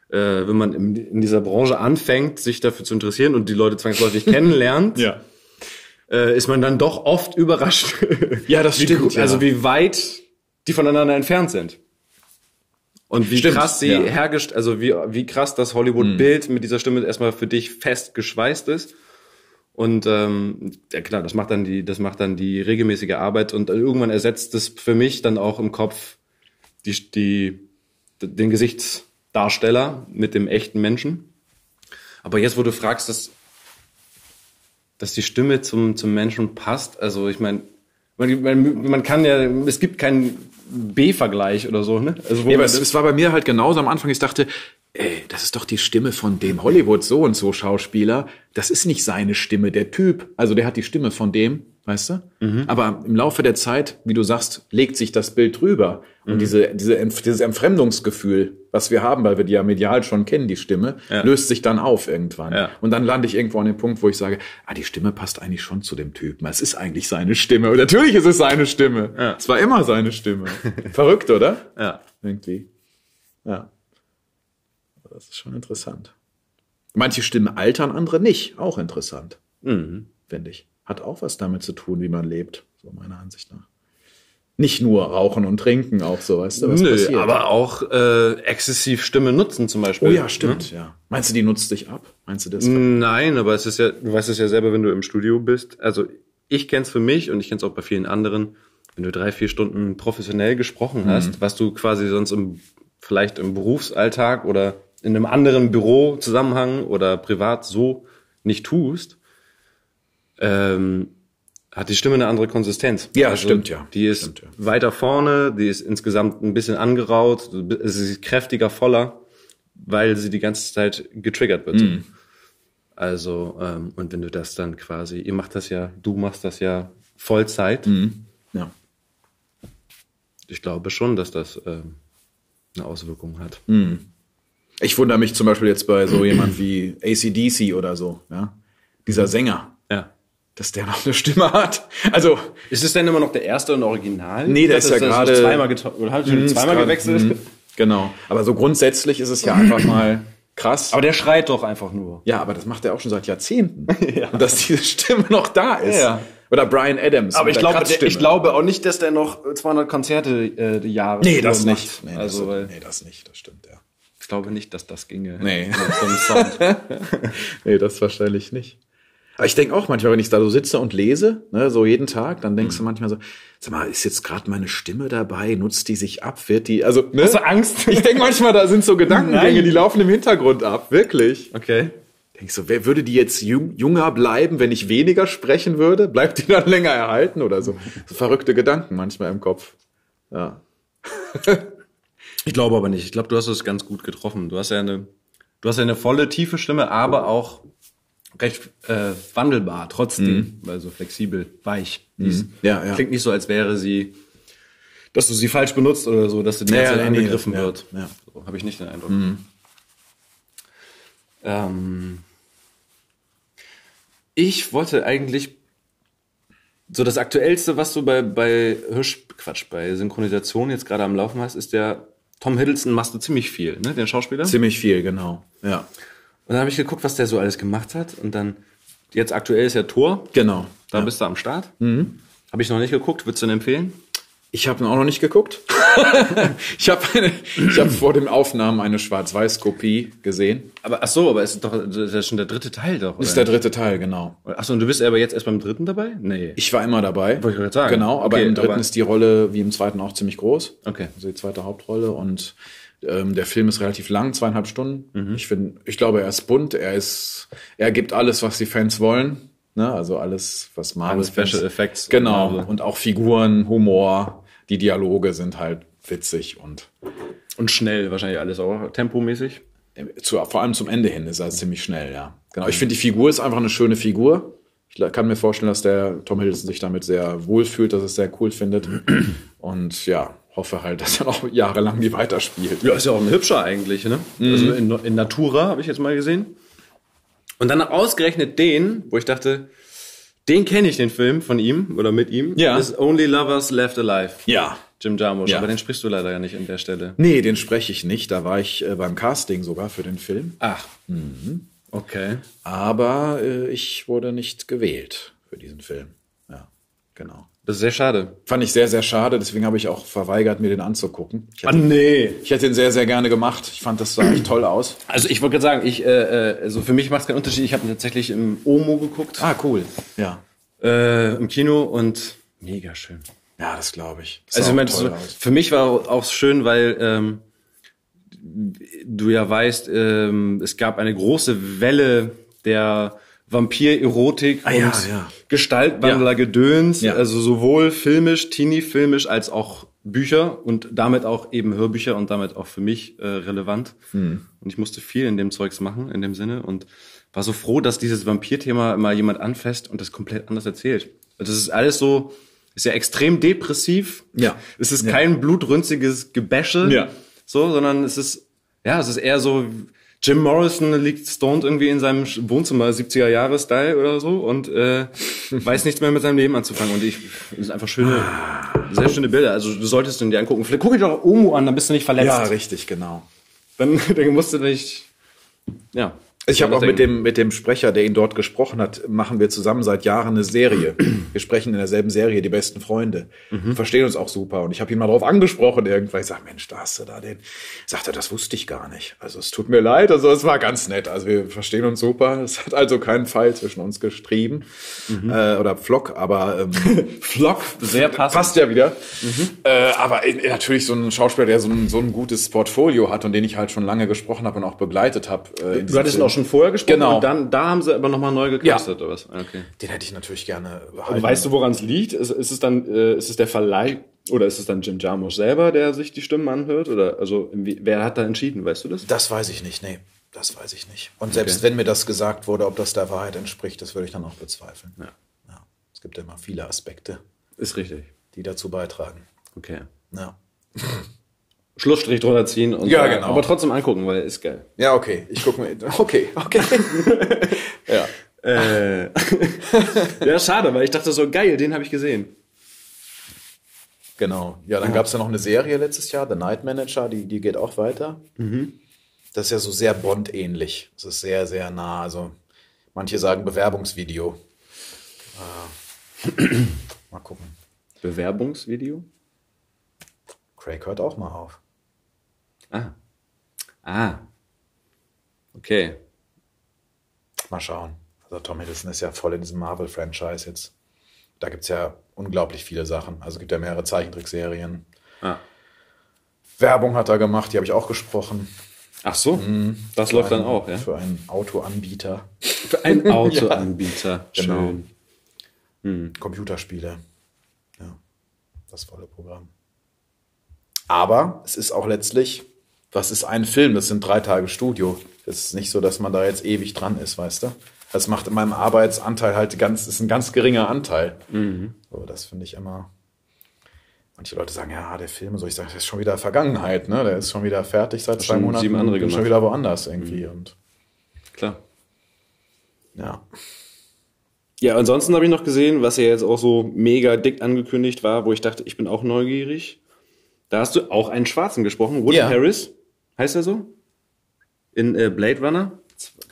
Speaker 5: äh, wenn man in, in dieser Branche anfängt, sich dafür zu interessieren und die Leute zwangsläufig kennenlernt,
Speaker 3: Ja.
Speaker 5: äh, ist man dann doch oft überrascht.
Speaker 3: Ja, das
Speaker 5: wie,
Speaker 3: stimmt,
Speaker 5: gut-
Speaker 3: ja.
Speaker 5: Also wie weit die voneinander entfernt sind. Und wie
Speaker 3: Stimmt,
Speaker 5: krass sie
Speaker 3: ja. Hm.
Speaker 5: hergest, also wie, wie krass das Hollywood-Bild mit dieser Stimme erstmal für dich fest geschweißt ist. Und ähm, ja klar, das macht dann die, das macht dann die regelmäßige Arbeit und irgendwann ersetzt es für mich dann auch im Kopf die, die, den Gesichtsdarsteller mit dem echten Menschen. Aber jetzt, wo du fragst, dass, dass die Stimme zum, zum Menschen passt, also ich meine, man, man, man kann ja, es gibt keinen B-Vergleich oder so, ne? Also wo
Speaker 3: Nee, aber
Speaker 5: man
Speaker 3: es, es war bei mir halt genauso am Anfang. Ich dachte, ey, das ist doch die Stimme von dem Hollywood so und so Schauspieler. Das ist nicht seine Stimme, der Typ. Also der hat die Stimme von dem, weißt du?
Speaker 5: Mhm.
Speaker 3: Aber im Laufe der Zeit, wie du sagst, legt sich das Bild drüber.
Speaker 5: Mhm.
Speaker 3: Und diese, diese, Entf- dieses Entfremdungsgefühl, was wir haben, weil wir die ja medial schon kennen, die Stimme, löst sich dann auf irgendwann.
Speaker 5: Ja.
Speaker 3: Und dann lande ich irgendwo an dem Punkt, wo ich sage, ah, die Stimme passt eigentlich schon zu dem Typen. Es ist eigentlich seine Stimme. Und natürlich ist es seine Stimme. Es war immer seine Stimme. Verrückt, oder?
Speaker 5: ja.
Speaker 3: irgendwie. Ja. Aber Das ist schon interessant. Manche Stimmen altern, andere nicht. Auch interessant,
Speaker 5: Mhm.
Speaker 3: finde ich. Hat auch was damit zu tun, wie man lebt, so meiner Ansicht nach. Nicht nur rauchen und trinken, auch so, weißt du, was
Speaker 5: Nö,
Speaker 3: passiert.
Speaker 5: aber auch ne? äh, exzessiv Stimme nutzen zum Beispiel.
Speaker 3: oh ja, stimmt, ja. Meinst du, die nutzt dich ab? Meinst du das?
Speaker 5: Mhm. Hm, Nein, aber es ist ja, du weißt es ja selber, wenn du im Studio bist. Also ich kenn's für mich und ich kenn's auch bei vielen anderen, wenn du drei, vier Stunden professionell gesprochen hast, was du quasi sonst im, vielleicht im Berufsalltag oder in einem anderen Bürozusammenhang oder privat so nicht tust, ähm, hat die Stimme eine andere Konsistenz. Also
Speaker 3: Ja, stimmt, ja.
Speaker 5: Die ist
Speaker 3: Stimmt, ja.
Speaker 5: weiter vorne, die ist insgesamt ein bisschen angeraut, du bi- sie ist kräftiger, voller, weil sie die ganze Zeit getriggert wird.
Speaker 3: Mhm.
Speaker 5: Also, ähm, und wenn du das dann quasi, ihr macht das ja, du machst das ja Vollzeit,
Speaker 3: Mhm. Ja.
Speaker 5: ich glaube schon, dass das ähm, eine Auswirkung hat.
Speaker 3: Mhm. Ich wundere mich zum Beispiel jetzt bei so jemand wie ACDC oder so, ja.
Speaker 5: Mhm.
Speaker 3: Dieser Sänger,
Speaker 5: Ja.
Speaker 3: dass der noch eine Stimme hat. Also,
Speaker 5: Ist es denn immer noch der erste und Original?
Speaker 3: Nee, der
Speaker 5: Das
Speaker 3: ist ja
Speaker 5: das
Speaker 3: gerade- Mhm,
Speaker 5: zweimal, geto- oder hat schon zweimal gewechselt.
Speaker 3: genau. Aber so grundsätzlich ist es ja einfach mal krass.
Speaker 5: Aber der schreit doch einfach nur.
Speaker 3: Ja, aber das macht er auch schon seit Jahrzehnten, dass diese Stimme noch da ist. Oder Brian Adams. mit der Kratzstimme.
Speaker 5: auch nicht, dass der noch 200 Konzerte äh, die Jahre
Speaker 3: Nee, das
Speaker 5: macht.
Speaker 3: nicht. Nee,
Speaker 5: also,
Speaker 3: das,
Speaker 5: weil
Speaker 3: nee, das nicht, das stimmt, ja.
Speaker 5: ich glaube nicht, dass das ginge.
Speaker 3: Nee.
Speaker 5: Mit so einem Sound.
Speaker 3: Nee, das wahrscheinlich nicht. Aber ich denke auch manchmal, wenn ich da so sitze und lese, ne, so jeden Tag, dann denkst du manchmal so, sag mal, ist jetzt gerade meine Stimme dabei? Nutzt die sich ab? Wird die, also, ne? Hast du Angst? Ich denke manchmal, da sind so Gedankengänge,
Speaker 5: Nein.
Speaker 3: die laufen im Hintergrund ab, wirklich.
Speaker 5: Okay.
Speaker 3: Denkst du, wer würde die jetzt jung, junger bleiben, wenn ich weniger sprechen würde? Bleibt die dann länger erhalten oder so? So verrückte Gedanken manchmal im Kopf. Ja.
Speaker 5: Ich glaube aber nicht. Ich glaube, du hast es ganz gut getroffen. Du hast ja eine, du hast ja eine volle, tiefe Stimme, aber auch recht äh, wandelbar, trotzdem. Also flexibel, weich. Die ist-
Speaker 3: Ja, ja.
Speaker 5: Klingt nicht so, als wäre sie, dass du sie falsch benutzt oder so, dass du die
Speaker 3: Ja,
Speaker 5: ganze Zeit
Speaker 3: ja, nee,
Speaker 5: angegriffen
Speaker 3: ja,
Speaker 5: wird.
Speaker 3: ja.
Speaker 5: So, Habe ich nicht den Eindruck. Ähm, ich wollte eigentlich so das Aktuellste, was du bei, bei Hirsch, Quatsch, bei Synchronisation jetzt gerade am Laufen hast, ist der Tom Hiddleston machst du ziemlich viel, ne? Den Schauspieler. Und
Speaker 3: Ziemlich viel, genau. Ja,
Speaker 5: dann habe ich geguckt, was der so alles gemacht hat. Und dann, jetzt aktuell ist ja Tor.
Speaker 3: genau.
Speaker 5: Da bist du am Start. Habe ich noch nicht geguckt, würdest du ihn empfehlen?
Speaker 3: Ich habe ihn auch noch nicht geguckt. ich habe hab vor dem Aufnahmen eine Schwarz-Weiß-Kopie gesehen.
Speaker 5: Aber ach so, aber es ist doch das ist schon der dritte Teil doch. Oder?
Speaker 3: Das ist der dritte Teil, genau.
Speaker 5: ach so, und du bist aber jetzt erst beim dritten dabei? Nee.
Speaker 3: Ich war immer dabei.
Speaker 5: Wollte ich gerade sagen.
Speaker 3: Genau, aber
Speaker 5: Okay,
Speaker 3: im dritten
Speaker 5: aber-
Speaker 3: ist die Rolle wie im zweiten auch ziemlich groß.
Speaker 5: Okay.
Speaker 3: Also die zweite Hauptrolle und ähm, der Film ist relativ lang, zweieinhalb Stunden.
Speaker 5: Mhm.
Speaker 3: Ich finde, ich glaube, er ist bunt, er ist, er gibt alles, was die Fans wollen. Ne? Also alles, was Marvel.
Speaker 5: Alle Special Effects.
Speaker 3: Genau.
Speaker 5: Und,
Speaker 3: Und auch Figuren, Humor, die Dialoge sind halt witzig und
Speaker 5: und schnell wahrscheinlich alles auch tempomäßig.
Speaker 3: zu, vor allem zum Ende hin ist er ziemlich schnell, ja. Genau. Ich finde, die Figur ist einfach eine schöne Figur. Ich la- kann mir vorstellen, dass der Tom Hiddleston sich damit sehr wohl fühlt, dass er es sehr cool findet. Und ja, hoffe halt, dass er noch jahrelang die weiterspielt.
Speaker 5: Ja, ist ja auch ein hübscher eigentlich, ne?
Speaker 3: Mhm.
Speaker 5: Also in, in Natura habe ich jetzt mal gesehen. Und dann ausgerechnet den, wo ich dachte, den kenne ich den Film von ihm oder mit ihm.
Speaker 3: Ja.
Speaker 5: Ist Only Lovers Left Alive.
Speaker 3: Ja.
Speaker 5: Jim Jarmusch.
Speaker 3: Ja.
Speaker 5: Aber den sprichst du leider gar nicht an der Stelle.
Speaker 3: Nee, den spreche ich nicht. Da war ich äh, beim Casting sogar für den Film.
Speaker 5: Ach.
Speaker 3: Mhm.
Speaker 5: Okay.
Speaker 3: Aber äh, ich wurde nicht gewählt für diesen Film. Ja, genau.
Speaker 5: Das ist sehr schade.
Speaker 3: Fand ich sehr, sehr schade. Deswegen habe ich auch verweigert, mir den anzugucken. Ich hätte,
Speaker 5: Ah, nee.
Speaker 3: ich hätte ihn sehr, sehr gerne gemacht. Ich fand, das sah echt toll aus.
Speaker 5: Also ich wollte gerade sagen, ich, äh, äh, also für mich macht es keinen Unterschied. Ich habe ihn tatsächlich im Omo geguckt,
Speaker 3: Ah, cool. Ja.
Speaker 5: äh, im Kino und mega schön.
Speaker 3: Ja, das glaube ich. Das sah
Speaker 5: Also ich
Speaker 3: auch
Speaker 5: meine,
Speaker 3: toll
Speaker 5: so-
Speaker 3: aus.
Speaker 5: für mich war auch schön, weil ähm, du ja weißt, ähm, es gab eine große Welle der Vampir-Erotik und
Speaker 3: Ah ja, ja.
Speaker 5: Gestaltwandler-Gedöns,
Speaker 3: Ja.
Speaker 5: also sowohl filmisch, Teenie-filmisch als auch Bücher und damit auch eben Hörbücher und damit auch für mich äh, relevant.
Speaker 3: Hm.
Speaker 5: Und ich musste viel in dem Zeugs machen, in dem Sinne und war so froh, dass dieses Vampir-Thema mal jemand anfasst und das komplett anders erzählt. Also das ist alles so, ist ja extrem depressiv.
Speaker 3: Ja.
Speaker 5: Es ist kein blutrünstiges Gebäsche.
Speaker 3: Ja.
Speaker 5: So, sondern es ist, ja, es ist eher so, Jim Morrison liegt stoned irgendwie in seinem Sch- Wohnzimmer, 70er-Jahre-Style oder so und äh, weiß nichts mehr mit seinem Leben anzufangen. Und ich, das sind einfach schöne, sehr schöne Bilder. Also du solltest ihn dir angucken. Vielleicht guck dir doch Omo an, dann bist du nicht verletzt.
Speaker 3: Ja, richtig, genau.
Speaker 5: Dann, dann musst du nicht, ja.
Speaker 3: Ich habe auch mit dem, mit dem Sprecher, der ihn dort gesprochen hat, machen wir zusammen seit Jahren eine Serie. Wir sprechen in derselben Serie, die besten Freunde. Mhm. Verstehen uns auch super. Und ich habe ihn mal drauf angesprochen irgendwann. Ich sage, Mensch, da hast du da den. Sagt er, das wusste ich gar nicht. Also es tut mir leid. Also es war ganz nett. Also wir verstehen uns super. Es hat also keinen Fall zwischen uns gestrieben. Mhm. Äh, oder Flock, aber ähm,
Speaker 6: Flock, sehr passend.
Speaker 3: passt ja wieder. Mhm. Äh, aber in, natürlich so ein Schauspieler, der so ein, so ein gutes Portfolio hat und den ich halt schon lange gesprochen habe und auch begleitet habe.
Speaker 5: Äh, du hattest auch schon vorher gesprochen
Speaker 3: Genau.
Speaker 5: und dann, da haben sie aber nochmal neu gecastet
Speaker 3: Ja.
Speaker 5: oder was? Ah, Okay.
Speaker 3: Den hätte ich natürlich gerne
Speaker 5: Und
Speaker 3: behalten.
Speaker 5: weißt du, woran es liegt? Ist, ist es dann, äh, ist es der Verleih oder ist es dann Jim Jarmusch selber, der sich die Stimmen anhört? Oder also wie, wer hat da entschieden, weißt du das?
Speaker 3: Das weiß ich nicht, nee. Das weiß ich nicht. Und selbst wenn mir das gesagt wurde, ob das der Wahrheit entspricht, das würde ich dann auch bezweifeln. Ja. Es gibt ja immer viele Aspekte,
Speaker 5: Ist richtig.
Speaker 3: die dazu beitragen.
Speaker 5: Okay.
Speaker 3: Ja,
Speaker 5: Schlussstrich drunter ziehen und
Speaker 3: Ja, genau.
Speaker 5: aber trotzdem angucken, weil ist geil.
Speaker 3: ja okay. Ich gucke mir. Okay, okay. ja.
Speaker 5: Äh. ja, schade, weil ich dachte so, geil, den habe ich gesehen.
Speaker 3: Genau. Ja, dann gab es ja noch eine Serie letztes Jahr, The Night Manager, die, die geht auch weiter.
Speaker 5: Mhm.
Speaker 3: Das ist ja so sehr Bond-ähnlich. Es ist sehr, sehr nah. Also manche sagen Bewerbungsvideo. Äh, mal gucken.
Speaker 5: Bewerbungsvideo?
Speaker 3: Craig hört auch mal auf.
Speaker 5: Ah. Ah. Okay.
Speaker 3: Mal schauen. Also Tom Hiddleston ist ja voll in diesem Marvel-Franchise jetzt. Da gibt es ja unglaublich viele Sachen. Also gibt ja mehrere Zeichentrickserien.
Speaker 5: Ah.
Speaker 3: Werbung hat er gemacht, die habe ich auch gesprochen.
Speaker 5: Ach so, das läuft dann
Speaker 3: Ein-
Speaker 5: auch, ja?
Speaker 3: Für einen Autoanbieter.
Speaker 5: Für einen Autoanbieter.
Speaker 3: genau.
Speaker 5: Schön.
Speaker 3: Computerspiele. Ja, das volle Programm. Aber es ist auch letztlich, das ist ein Film, das sind drei Tage Studio. Es ist nicht so, dass man da jetzt ewig dran ist, weißt du? Das macht in meinem Arbeitsanteil halt ganz, ist ein ganz geringer Anteil.
Speaker 5: Mhm.
Speaker 3: So, das finde ich immer. Manche Leute sagen, ja, der Film, und so ich sage, das ist schon wieder Vergangenheit, ne? Der ist schon wieder fertig seit zwei
Speaker 5: schon
Speaker 3: Monaten.
Speaker 5: sieben andere
Speaker 3: bin schon
Speaker 5: gemacht. Mhm.
Speaker 3: wieder woanders irgendwie. Und
Speaker 5: Klar.
Speaker 3: ja.
Speaker 5: Ja, ansonsten habe ich noch gesehen, was ja jetzt auch so mega dick angekündigt war, wo ich dachte, ich bin auch neugierig. Da hast du auch einen Schwarzen gesprochen, Woody
Speaker 3: Ja.
Speaker 5: Harris, heißt er so? In äh, Blade Runner?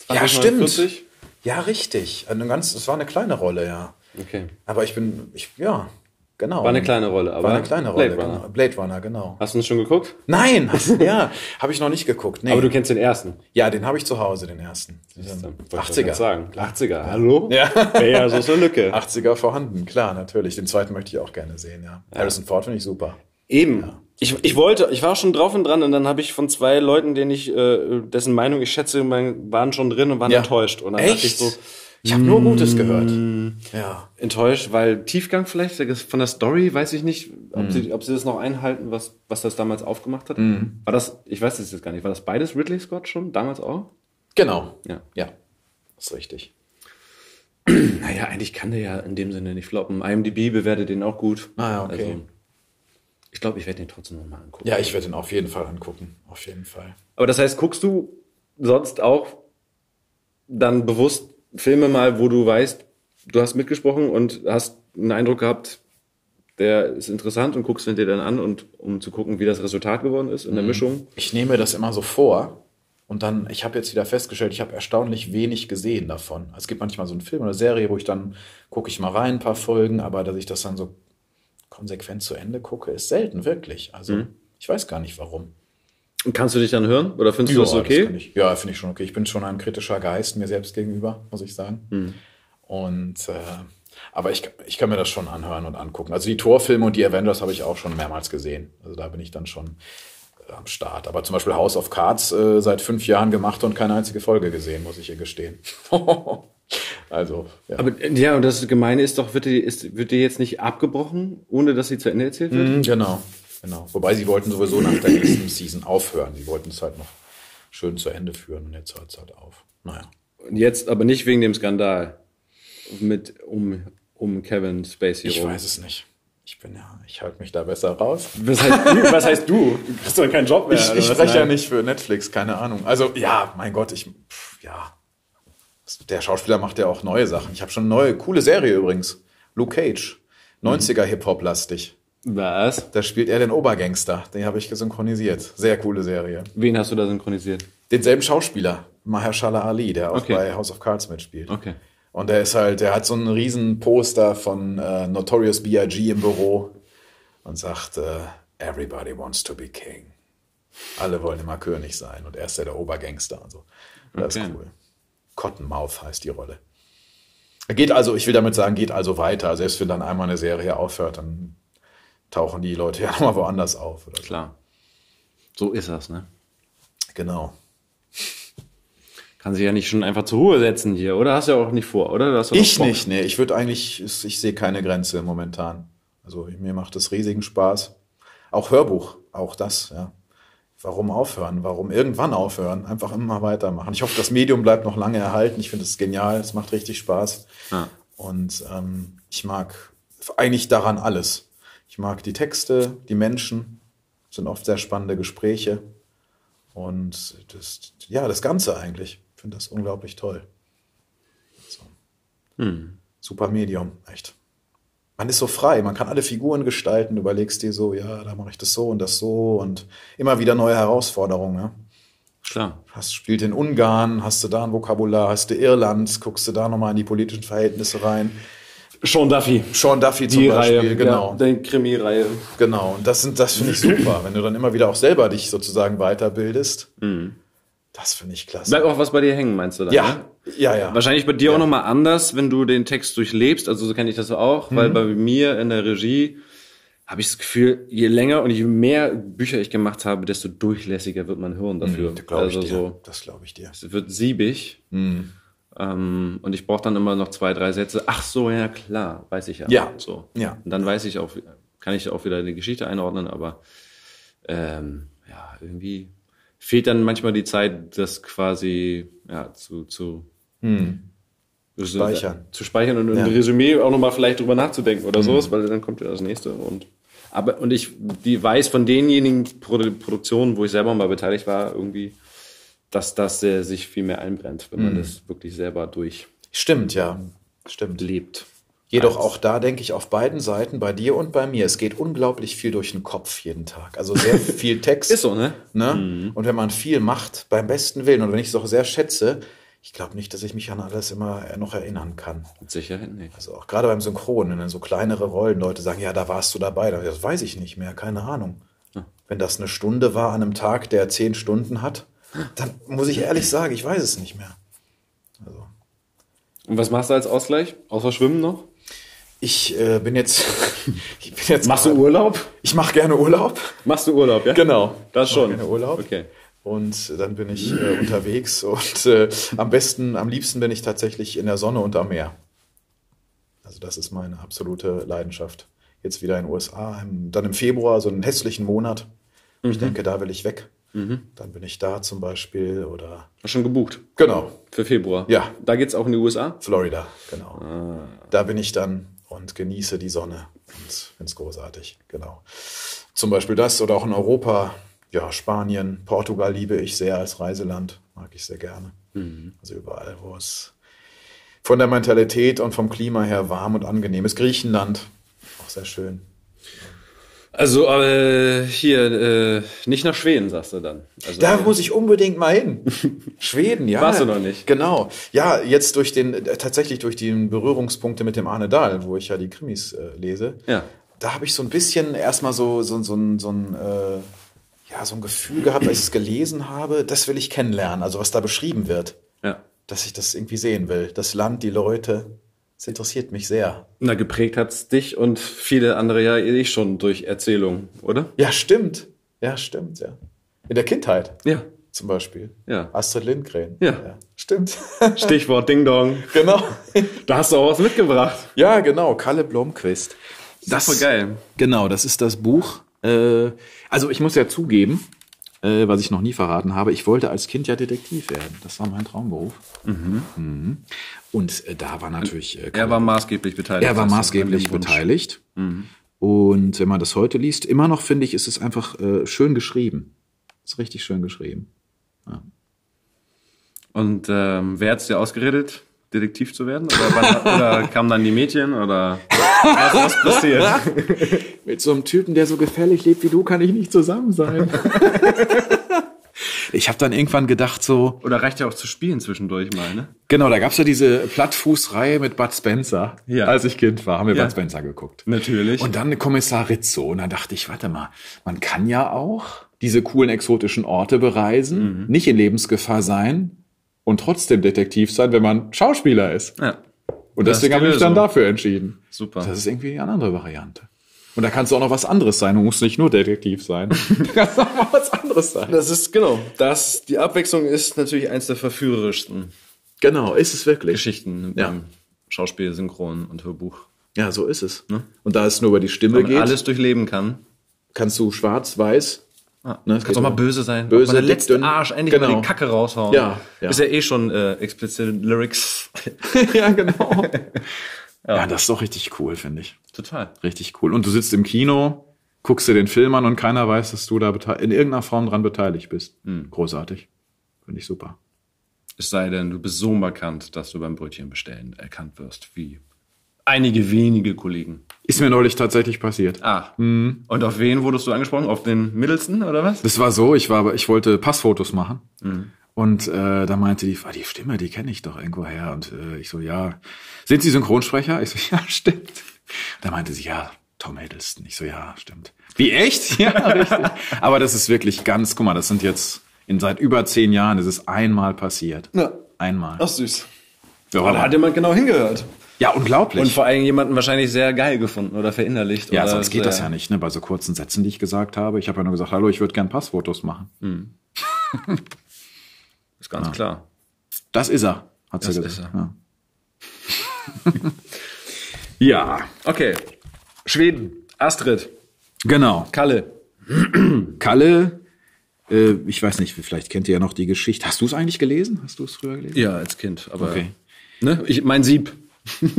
Speaker 3: Ja,
Speaker 5: 2049?
Speaker 3: Ja, richtig. Eine ganz, es war eine kleine Rolle, ja.
Speaker 5: Okay.
Speaker 3: Aber ich bin, ich, ja, genau.
Speaker 5: War eine kleine Rolle, aber
Speaker 3: War eine kleine Rolle.
Speaker 5: Blade Runner.
Speaker 3: Genau. Blade Runner, genau.
Speaker 5: Hast du es schon geguckt?
Speaker 3: Nein, ja, habe ich noch nicht geguckt. Nee.
Speaker 5: Aber du kennst den ersten.
Speaker 3: ja, den habe ich zu Hause, den ersten.
Speaker 5: Wollte ich
Speaker 3: 80er.
Speaker 5: grad sagen. 80er, hallo?
Speaker 3: Ja.
Speaker 5: Wäre ja so ist eine Lücke.
Speaker 3: 80er vorhanden, klar, natürlich. Den zweiten möchte ich auch gerne sehen, ja. Harrison Ford finde ich super.
Speaker 5: Eben. Ich, ich wollte, ich war schon drauf und dran und dann habe ich von zwei Leuten, denen ich, äh, dessen Meinung ich schätze, mein- waren schon drin und waren
Speaker 3: Ja.
Speaker 5: enttäuscht. Und dann dachte ich
Speaker 3: Echt?
Speaker 5: so, mm,
Speaker 3: ich habe nur Gutes gehört. Ja.
Speaker 5: enttäuscht, weil Tiefgang vielleicht von der Story, weiß ich nicht, ob, sie, ob sie das noch einhalten, was, was das damals aufgemacht hat. War das, ich weiß es jetzt gar nicht, war das beides Ridley Scott schon, damals auch?
Speaker 3: Genau.
Speaker 5: Ja.
Speaker 3: Ja. Ist richtig.
Speaker 5: Naja, eigentlich kann der ja in dem Sinne nicht floppen. IMDb bewertet den auch gut. Also,
Speaker 3: Ah, ja, okay.
Speaker 5: ich glaube, ich werde den trotzdem nochmal angucken.
Speaker 3: Ja, ich werde ihn auf jeden Fall angucken. Auf jeden Fall.
Speaker 5: Aber das heißt, guckst du sonst auch dann bewusst Filme mal, wo du weißt, du hast mitgesprochen und hast einen Eindruck gehabt, der ist interessant und guckst ihn dir dann an und um zu gucken, wie das Resultat geworden ist in der Mischung.
Speaker 3: Ich nehme mir das immer so vor und dann, ich habe jetzt wieder festgestellt, ich habe erstaunlich wenig gesehen davon. Es gibt manchmal so einen Film oder Serie, wo ich dann gucke ich mal rein, ein paar Folgen, aber dass ich das dann so konsequent zu Ende gucke, ist selten wirklich. Also ich weiß gar nicht warum.
Speaker 5: Und kannst du dich dann hören oder findest du das
Speaker 3: das
Speaker 5: okay?
Speaker 3: kann ich, ja, finde ich schon okay. Ich bin schon ein kritischer Geist mir selbst gegenüber, muss ich sagen.
Speaker 5: Hm.
Speaker 3: Und äh, aber ich, ich kann mir das schon anhören und angucken. Also die Torfilme und die Avengers habe ich auch schon mehrmals gesehen. Also da bin ich dann schon äh, am Start. Aber zum Beispiel House of Cards äh, seit fünf Jahren gemacht und keine einzige Folge gesehen, muss ich ihr gestehen. also, ja.
Speaker 5: Aber äh, ja, und das Gemeine ist doch, wird die, ist, wird die jetzt nicht abgebrochen, ohne dass sie zu Ende erzählt wird?
Speaker 3: Mhm, Genau, genau. Wobei sie wollten sowieso nach der nächsten Season aufhören. Sie wollten es halt noch schön zu Ende führen und jetzt hört es halt auf. Naja.
Speaker 5: Und Mhm. jetzt aber nicht wegen dem Skandal mit um, um Kevin Spacey
Speaker 3: Ich
Speaker 5: rum.
Speaker 3: weiß es nicht. Ich bin ja, ich halte mich da besser raus.
Speaker 5: Was heißt du? Was heißt du? Du kriegst doch keinen Job mehr.
Speaker 3: Ich,
Speaker 5: oder
Speaker 3: ich
Speaker 5: was?
Speaker 3: spreche ja
Speaker 5: Nein.
Speaker 3: nicht für Netflix, keine Ahnung. Also ja, mein Gott, ich pff, ja. Der Schauspieler macht ja auch
Speaker 5: Mhm.
Speaker 3: neue Sachen. Ich habe schon eine neue coole Serie übrigens. Luke Cage, 90er Hip Hop lastig.
Speaker 5: Was?
Speaker 3: Da spielt er den Obergangster. Den habe ich synchronisiert. Sehr coole Serie.
Speaker 5: Wen hast du da synchronisiert?
Speaker 3: Denselben Schauspieler, Mahershala Ali, der auch
Speaker 5: Okay.
Speaker 3: bei House of Cards mitspielt.
Speaker 5: Okay.
Speaker 3: Und der ist halt, der hat so einen riesen Poster von äh, Notorious B.I.G. im Büro und sagt, äh, everybody wants to be king. Alle wollen immer König sein und er ist ja der Obergangster und so. Das
Speaker 5: Okay.
Speaker 3: ist cool. Cottonmouth heißt die Rolle. Geht also, ich will damit sagen, geht also weiter. Selbst wenn dann einmal eine Serie aufhört, dann tauchen die Leute ja nochmal woanders auf. Oder so.
Speaker 5: Klar. So ist das, ne?
Speaker 3: Genau.
Speaker 5: Kann sich ja nicht schon einfach zur Ruhe setzen hier, oder? Hast du ja auch nicht vor, oder? Du hast ja
Speaker 3: Ich
Speaker 5: noch Bock.
Speaker 3: nicht, nee. Ich würde eigentlich, ist- ich sehe keine Grenze momentan. Also ich- mir macht es riesigen Spaß. Auch Hörbuch, auch das, ja. Warum aufhören? Warum irgendwann aufhören? Einfach immer weitermachen. Ich hoffe, das Medium bleibt noch lange erhalten. Ich finde es genial. Es macht richtig Spaß.
Speaker 5: Ja.
Speaker 3: Und ähm, ich mag eigentlich daran alles. Ich mag die Texte, die Menschen. Es sind oft sehr spannende Gespräche. Und das, ja, das Ganze eigentlich. Ich finde das unglaublich toll. Super Medium, echt. Man ist so frei, man kann alle Figuren gestalten, du überlegst dir so, ja, da mache ich das so und das so und immer wieder neue Herausforderungen. Ne?
Speaker 5: Klar.
Speaker 3: Hast spielt in Ungarn, hast du da ein Vokabular, hast du Irland, guckst du da nochmal in die politischen Verhältnisse rein.
Speaker 5: Sean Duffy.
Speaker 3: Sean Duffy zum
Speaker 5: Die
Speaker 3: Beispiel,
Speaker 5: Reihe,
Speaker 3: genau.
Speaker 5: Ja, die Krimi-Reihe.
Speaker 3: Genau, und das sind, das finde ich super, wenn du dann immer wieder auch selber dich sozusagen weiterbildest. Das finde ich klasse.
Speaker 5: Bleibt Mhm. auch was bei dir hängen, meinst du dann?
Speaker 3: Ja,
Speaker 5: ne?
Speaker 3: ja, ja.
Speaker 5: Wahrscheinlich bei dir auch nochmal anders, wenn du den Text durchlebst. Also so kenne ich das auch, weil bei mir in der Regie habe ich das Gefühl, je länger und je mehr Bücher ich gemacht habe, desto durchlässiger wird mein Hirn dafür.
Speaker 3: Das glaube Mhm, Hm, ich
Speaker 5: also
Speaker 3: dir.
Speaker 5: so,
Speaker 3: Das glaube ich dir.
Speaker 5: es wird siebig.
Speaker 3: Mhm.
Speaker 5: Ähm, und ich brauche dann immer noch zwei, drei Sätze. Ach so, ja klar, weiß ich ja.
Speaker 3: Ja.
Speaker 5: So.
Speaker 3: Ja.
Speaker 5: Und dann weiß ich auch, kann ich auch wieder eine Geschichte einordnen, aber ähm, ja, irgendwie fehlt dann manchmal die Zeit, das quasi ja, zu, zu
Speaker 3: Speichern.
Speaker 5: Zu speichern Mhm. und
Speaker 3: Ja.
Speaker 5: ein Resümee auch nochmal vielleicht drüber nachzudenken oder sowas, weil dann kommt ja das nächste und aber und ich die weiß von denjenigen Produ Produktionen, wo ich selber mal beteiligt war, irgendwie, dass das äh, sich viel mehr einbrennt, wenn man das wirklich selber durchlebt.
Speaker 3: Stimmt, ja. Stimmt. Jedoch auch da denke ich auf beiden Seiten, bei dir und bei mir, es geht unglaublich viel durch den Kopf jeden Tag. Also sehr viel Text.
Speaker 5: Ist so, ne?
Speaker 3: Ne? Und wenn man viel macht, beim besten Willen, und wenn ich es auch sehr schätze, ich glaube nicht, dass ich mich an alles immer noch erinnern kann.
Speaker 5: Mit Sicherheit nicht.
Speaker 3: Also auch gerade beim Synchron, wenn dann so kleinere Rollen Leute sagen, ja, da warst du dabei, Dann- das weiß ich nicht mehr, keine Ahnung. Wenn das eine Stunde war an einem Tag, der zehn Stunden hat, dann muss ich ehrlich sagen, ich weiß es nicht mehr.
Speaker 5: Und was machst du als Ausgleich? Außer Schwimmen noch?
Speaker 3: Ich äh, bin jetzt, ich bin jetzt.
Speaker 5: Machst du Urlaub?
Speaker 3: Ich mache gerne Urlaub.
Speaker 5: Machst du Urlaub, ja?
Speaker 3: Genau.
Speaker 5: Das
Speaker 3: Ich mach
Speaker 5: schon.
Speaker 3: gerne Urlaub.
Speaker 5: Okay.
Speaker 3: Und dann bin ich äh, unterwegs und äh, am besten, am liebsten bin ich tatsächlich in der Sonne und am Meer. Also das ist meine absolute Leidenschaft. Jetzt wieder in den USA, im, dann im Februar, so einen hässlichen Monat.
Speaker 5: Mhm.
Speaker 3: Ich denke, da will ich weg. Dann bin ich da zum Beispiel oder
Speaker 5: Hast schon gebucht.
Speaker 3: genau,
Speaker 5: Für Februar.
Speaker 3: Ja.
Speaker 5: Da geht's auch in die USA.
Speaker 3: Florida, genau. Da bin ich dann und genieße die Sonne und finde es großartig, genau. Zum Beispiel das oder auch in Europa, ja, Spanien, Portugal liebe ich sehr als Reiseland, mag ich sehr gerne. Also überall, wo es von der Mentalität und vom Klima her warm und angenehm ist. Griechenland, auch sehr schön.
Speaker 5: Also äh, hier, äh, nicht nach Schweden, sagst du dann. Also,
Speaker 3: Da
Speaker 5: äh,
Speaker 3: muss ich unbedingt mal hin. Schweden, ja.
Speaker 5: Warst du noch nicht?
Speaker 3: Genau. Ja, jetzt durch den, äh, tatsächlich durch die Berührungspunkte mit dem Arne Dahl, wo ich ja die Krimis äh, lese.
Speaker 5: Ja.
Speaker 3: Da habe ich so ein bisschen erstmal so, so, so, ein- so ein, äh, ja, so ein Gefühl gehabt, als ich es gelesen habe, das will ich kennenlernen. Also was da beschrieben wird,
Speaker 5: Ja.
Speaker 3: dass ich das irgendwie sehen will. Das Land, die Leute, das interessiert mich sehr.
Speaker 5: Na, geprägt hat's dich und viele andere ja eh schon durch Erzählungen, oder?
Speaker 3: Ja, stimmt. Ja, stimmt, ja. In der Kindheit
Speaker 5: Ja.
Speaker 3: zum Beispiel.
Speaker 5: Ja.
Speaker 3: Astrid Lindgren.
Speaker 5: Ja.
Speaker 3: Stimmt.
Speaker 5: Stichwort Ding Dong.
Speaker 3: genau.
Speaker 5: Da hast du auch was mitgebracht.
Speaker 3: Ja, genau, Kalle Blomquist.
Speaker 5: Das war geil.
Speaker 3: Genau, das ist das Buch. Äh, also ich muss ja zugeben, äh, was ich noch nie verraten habe, ich wollte als Kind ja Detektiv werden. Das war mein Traumberuf. Mhm. Und äh, da war natürlich äh,
Speaker 5: Er war maßgeblich beteiligt.
Speaker 3: er war
Speaker 5: hast du, an
Speaker 3: maßgeblich
Speaker 5: dem Wunsch.
Speaker 3: beteiligt.
Speaker 5: Mhm.
Speaker 3: Und wenn man das heute liest, immer noch finde ich, ist es einfach äh, schön geschrieben. Ist richtig schön geschrieben.
Speaker 5: Und ähm, wer hat's dir ausgeredet? Detektiv zu werden? Oder, wann, oder kamen dann die Mädchen? Oder was, was passiert?
Speaker 4: Mit so einem Typen, der so gefährlich lebt wie du, kann ich nicht zusammen sein.
Speaker 3: Ich habe dann irgendwann gedacht so...
Speaker 5: Oder reicht ja auch zu spielen zwischendurch mal, ne?
Speaker 3: Genau, da gab's ja diese Plattfußreihe mit Bud Spencer.
Speaker 5: Ja.
Speaker 3: Als ich Kind war, haben wir
Speaker 5: Ja.
Speaker 3: Bud Spencer geguckt.
Speaker 5: Natürlich.
Speaker 3: Und dann Kommissar Rizzo. Und dann dachte ich, warte mal, man kann ja auch diese coolen exotischen Orte bereisen,
Speaker 5: Mhm.
Speaker 3: nicht in Lebensgefahr sein und trotzdem Detektiv sein, wenn man Schauspieler ist.
Speaker 5: ja.
Speaker 3: Und
Speaker 5: Das ist
Speaker 3: deswegen
Speaker 5: die
Speaker 3: habe ich mich dann
Speaker 5: Lösung.
Speaker 3: dafür entschieden.
Speaker 5: Super.
Speaker 3: Das ist irgendwie eine andere Variante. Und da kannst du auch noch was anderes sein. Du musst nicht nur Detektiv sein. da kannst du auch mal was anderes sein.
Speaker 5: Das ist, genau, das, die Abwechslung ist natürlich eins der verführerischsten
Speaker 3: Genau, ist es wirklich.
Speaker 5: Geschichten
Speaker 3: Ja.
Speaker 5: beim Schauspiel, Synchron und Hörbuch.
Speaker 3: Ja, so ist es. ne? Und da es nur über die Stimme
Speaker 5: Wenn man
Speaker 3: geht,
Speaker 5: alles durchleben kann.
Speaker 3: kannst du schwarz, weiß.
Speaker 5: Ja.
Speaker 3: Ne,
Speaker 5: Ah, Kannst auch mal böse sein.
Speaker 3: Böse,
Speaker 5: Auch mal der
Speaker 3: dick,
Speaker 5: letzte
Speaker 3: dünn.
Speaker 5: Arsch, endlich mal
Speaker 3: Genau.
Speaker 5: die Kacke raushauen.
Speaker 3: Ja, ja.
Speaker 5: Ist ja eh schon äh, explizite Lyrics.
Speaker 3: ja, genau. ja. das ist doch richtig cool, finde ich.
Speaker 5: Total.
Speaker 3: Richtig cool. Und du sitzt im Kino, guckst dir den Film an und keiner weiß, dass du da bete- in irgendeiner Form dran beteiligt bist.
Speaker 5: Hm.
Speaker 3: Großartig. Finde ich super.
Speaker 5: Es sei denn, du bist so markant, dass du beim Brötchen bestellen erkannt wirst, wie einige wenige Kollegen.
Speaker 3: Ist mir neulich tatsächlich passiert.
Speaker 5: Ah. Und auf wen wurdest du angesprochen? Auf den Mittelsten oder was?
Speaker 3: Das war so, ich war, ich wollte Passfotos machen.
Speaker 5: Mhm.
Speaker 3: Und äh, da meinte die, ah, die Stimme, die kenne ich doch irgendwoher. Und äh, ich so, ja, sind Sie Synchronsprecher? Ich so, ja, stimmt. Da meinte sie, ja, Tom Hiddleston. Ich so, ja, stimmt. Wie echt? Ja, richtig. Aber das ist wirklich ganz, guck mal, das sind jetzt in seit über zehn Jahren, das ist einmal passiert.
Speaker 5: Ja.
Speaker 3: Einmal.
Speaker 5: süß.
Speaker 3: Ja,
Speaker 5: Aber da hat jemand genau hingehört.
Speaker 3: ja, unglaublich.
Speaker 5: Und vor allem jemanden wahrscheinlich sehr geil gefunden oder verinnerlicht.
Speaker 3: ja,
Speaker 5: oder
Speaker 3: sonst geht das
Speaker 5: sehr-
Speaker 3: ja nicht, ne? Bei so kurzen Sätzen, die ich gesagt habe. Ich habe ja nur gesagt, hallo, ich würde gern Passfotos machen.
Speaker 5: Ist ganz klar.
Speaker 3: Das ist er, hat sie
Speaker 5: Das
Speaker 3: gesagt.
Speaker 5: ist er.
Speaker 3: Ja. ja,
Speaker 5: Okay. Schweden. Astrid.
Speaker 3: genau.
Speaker 5: Kalle.
Speaker 3: Kalle, äh, ich weiß nicht, vielleicht kennt ihr ja noch die Geschichte. Hast du es eigentlich gelesen? Hast du es früher gelesen?
Speaker 5: Ja, als Kind. Aber
Speaker 3: Okay.
Speaker 5: ne? ich, mein Sieb.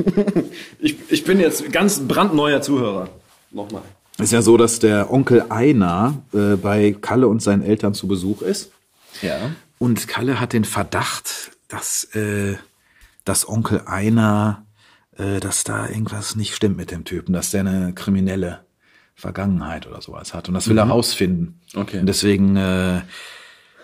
Speaker 5: ich, ich bin jetzt ganz brandneuer Zuhörer. Nochmal.
Speaker 3: Es ist ja so, dass der Onkel Einar äh, bei Kalle und seinen Eltern zu Besuch ist.
Speaker 5: Ja.
Speaker 3: Und Kalle hat den Verdacht, dass, äh, dass Onkel Einer, äh, dass da irgendwas nicht stimmt mit dem Typen, dass der eine kriminelle Vergangenheit oder sowas hat. Und das will er rausfinden.
Speaker 5: Mhm. Okay.
Speaker 3: Und deswegen äh,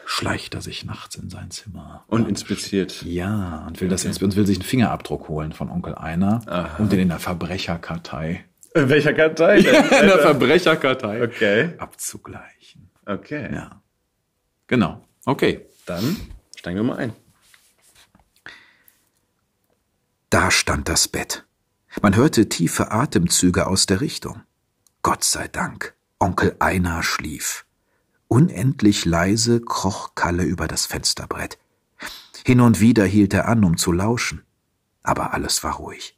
Speaker 3: schleicht er sich nachts in sein Zimmer.
Speaker 5: Und inspiziert.
Speaker 3: ja, und will, das, und will sich einen Fingerabdruck holen von Onkel Einer und den in der Verbrecherkartei.
Speaker 5: In Äh, welcher Kartei?
Speaker 3: In der Verbrecherkartei.
Speaker 5: Okay.
Speaker 3: Abzugleichen.
Speaker 5: Okay.
Speaker 3: Ja. Genau. Okay.
Speaker 5: Dann steigen wir mal ein.
Speaker 3: Da stand das Bett. Man hörte tiefe Atemzüge aus der Richtung. Gott sei Dank, Onkel Einar schlief. Unendlich leise kroch Kalle über das Fensterbrett. Hin und wieder hielt er an, um zu lauschen. Aber alles war ruhig.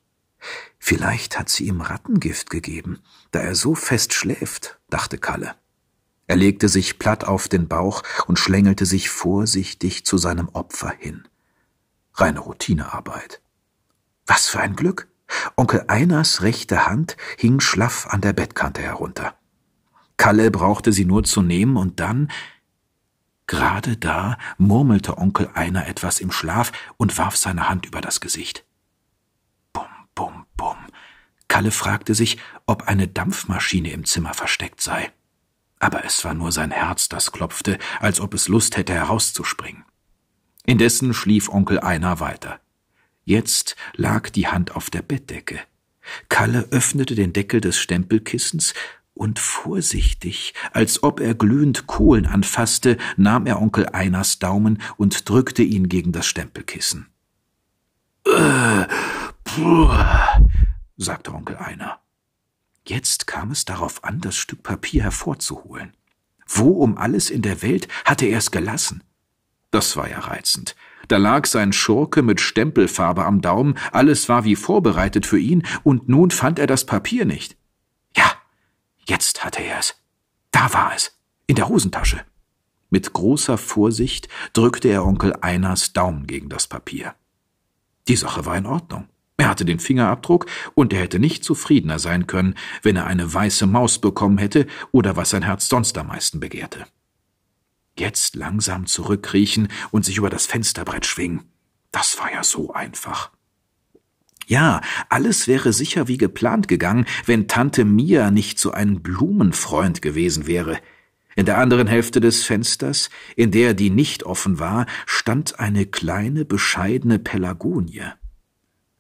Speaker 3: Vielleicht hat sie ihm Rattengift gegeben, da er so fest schläft, dachte Kalle. Er legte sich platt auf den Bauch und schlängelte sich vorsichtig zu seinem Opfer hin. Reine Routinearbeit. Was für ein Glück! Onkel Einers rechte Hand hing schlaff an der Bettkante herunter. Kalle brauchte sie nur zu nehmen und dann. Gerade da murmelte Onkel Einer etwas im Schlaf und warf seine Hand über das Gesicht. Bum, bum, bum. Kalle fragte sich, ob eine Dampfmaschine im Zimmer versteckt sei. Aber es war nur sein Herz, das klopfte, als ob es Lust hätte herauszuspringen. Indessen schlief Onkel Einer weiter. Jetzt lag die Hand auf der Bettdecke. Kalle öffnete den Deckel des Stempelkissens und vorsichtig, als ob er glühend Kohlen anfasste, nahm er Onkel Einers Daumen und drückte ihn gegen das Stempelkissen. Äh, puh, sagte Onkel Einer. Jetzt kam es darauf an, das Stück Papier hervorzuholen. Wo um alles in der Welt hatte er es gelassen? Das war ja reizend. Da lag sein Schurke mit Stempelfarbe am Daumen, alles war wie vorbereitet für ihn, und nun fand er das Papier nicht. Ja, jetzt hatte er es. Da war es, in der Hosentasche. Mit großer Vorsicht drückte er Onkel Einers Daumen gegen das Papier. Die Sache war in Ordnung. Er hatte den Fingerabdruck, und er hätte nicht zufriedener sein können, wenn er eine weiße Maus bekommen hätte oder was sein Herz sonst am meisten begehrte. Jetzt langsam zurückkriechen und sich über das Fensterbrett schwingen. Das war ja so einfach. Ja, alles wäre sicher wie geplant gegangen, wenn Tante Mia nicht so ein Blumenfreund gewesen wäre. In der anderen Hälfte des Fensters, in der die nicht offen war, stand eine kleine, bescheidene Pelagonie.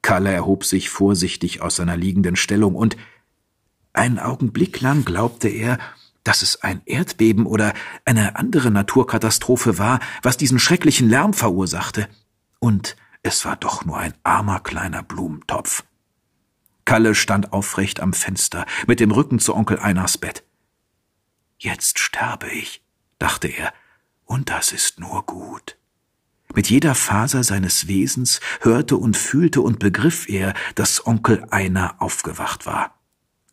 Speaker 3: Kalle erhob sich vorsichtig aus seiner liegenden Stellung und einen Augenblick lang glaubte er, dass es ein Erdbeben oder eine andere Naturkatastrophe war, was diesen schrecklichen Lärm verursachte. Und es war doch nur ein armer kleiner Blumentopf. Kalle stand aufrecht am Fenster, mit dem Rücken zu Onkel Einers Bett. Jetzt sterbe ich, dachte er, und das ist nur gut. Mit jeder Faser seines Wesens hörte und fühlte und begriff er, dass Onkel Einer aufgewacht war.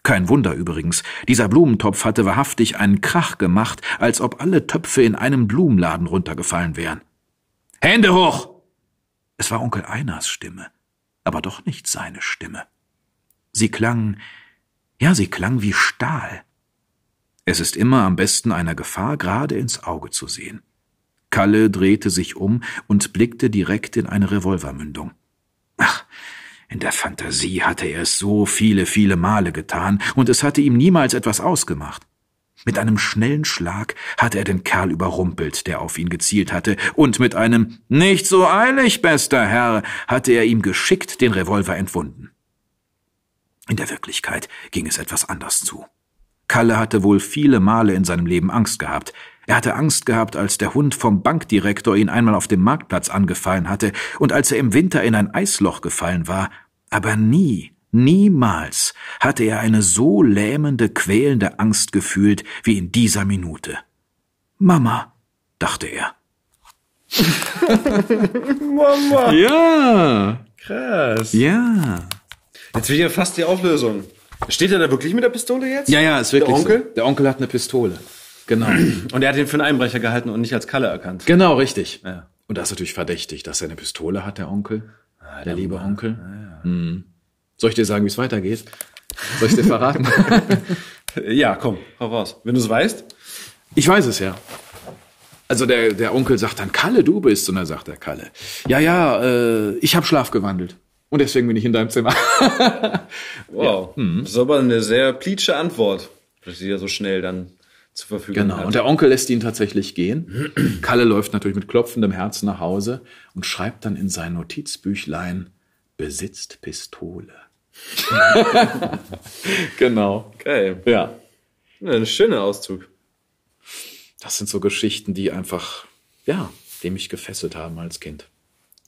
Speaker 3: Kein Wunder übrigens, dieser Blumentopf hatte wahrhaftig einen Krach gemacht, als ob alle Töpfe in einem Blumenladen runtergefallen wären. Hände hoch! Es war Onkel Einers Stimme, aber doch nicht seine Stimme. Sie klang, ja, sie klang wie Stahl. Es ist immer am besten einer Gefahr gerade ins Auge zu sehen. Kalle drehte sich um und blickte direkt in eine Revolvermündung. Ach, in der Fantasie hatte er es so viele, viele Male getan, und es hatte ihm niemals etwas ausgemacht. Mit einem schnellen Schlag hatte er den Kerl überrumpelt, der auf ihn gezielt hatte, und mit einem Nicht so eilig, bester Herr, hatte er ihm geschickt den Revolver entwunden. In der Wirklichkeit ging es etwas anders zu. Kalle hatte wohl viele Male in seinem Leben Angst gehabt, er hatte Angst gehabt, als der Hund vom Bankdirektor ihn einmal auf dem Marktplatz angefallen hatte und als er im Winter in ein Eisloch gefallen war. Aber nie, niemals hatte er eine so lähmende, quälende Angst gefühlt wie in dieser Minute. Mama, dachte er.
Speaker 5: Mama!
Speaker 3: Ja!
Speaker 5: Krass.
Speaker 3: Ja!
Speaker 5: Jetzt will ich ja fast die Auflösung. Steht er da wirklich mit der Pistole jetzt?
Speaker 3: Ja, ja, ist wirklich
Speaker 5: Der Onkel?
Speaker 3: so. Der Onkel hat eine Pistole. Genau.
Speaker 5: Und er hat ihn für einen Einbrecher gehalten und nicht als Kalle erkannt.
Speaker 3: genau, richtig.
Speaker 5: Ja.
Speaker 3: Und das ist natürlich verdächtig, dass er eine Pistole hat, der Onkel. der liebe Onkel. Hm. Soll ich dir sagen, wie es weitergeht? Soll ich dir verraten?
Speaker 5: Äh, Ja, komm, hau raus. Wenn du es weißt.
Speaker 3: Ich weiß es ja. Also der, der Onkel sagt dann, Kalle, du bist. Und dann sagt der Kalle, ja, ja, äh, ich habe Schlaf gewandelt. Und deswegen bin ich in deinem Zimmer.
Speaker 5: Wow.
Speaker 3: Hm.
Speaker 5: Das ist aber eine sehr plitsche Antwort, dass sie ja so schnell dann zur Verfügung
Speaker 3: Genau. Und der Onkel lässt ihn tatsächlich gehen. Kalle läuft natürlich mit klopfendem Herzen nach Hause und schreibt dann in sein Notizbüchlein, besitzt Pistole. genau.
Speaker 5: Geil.
Speaker 3: Ja.
Speaker 5: Ja, Ein schöner Auszug.
Speaker 3: Das sind so Geschichten, die einfach, ja, die mich gefesselt haben als Kind.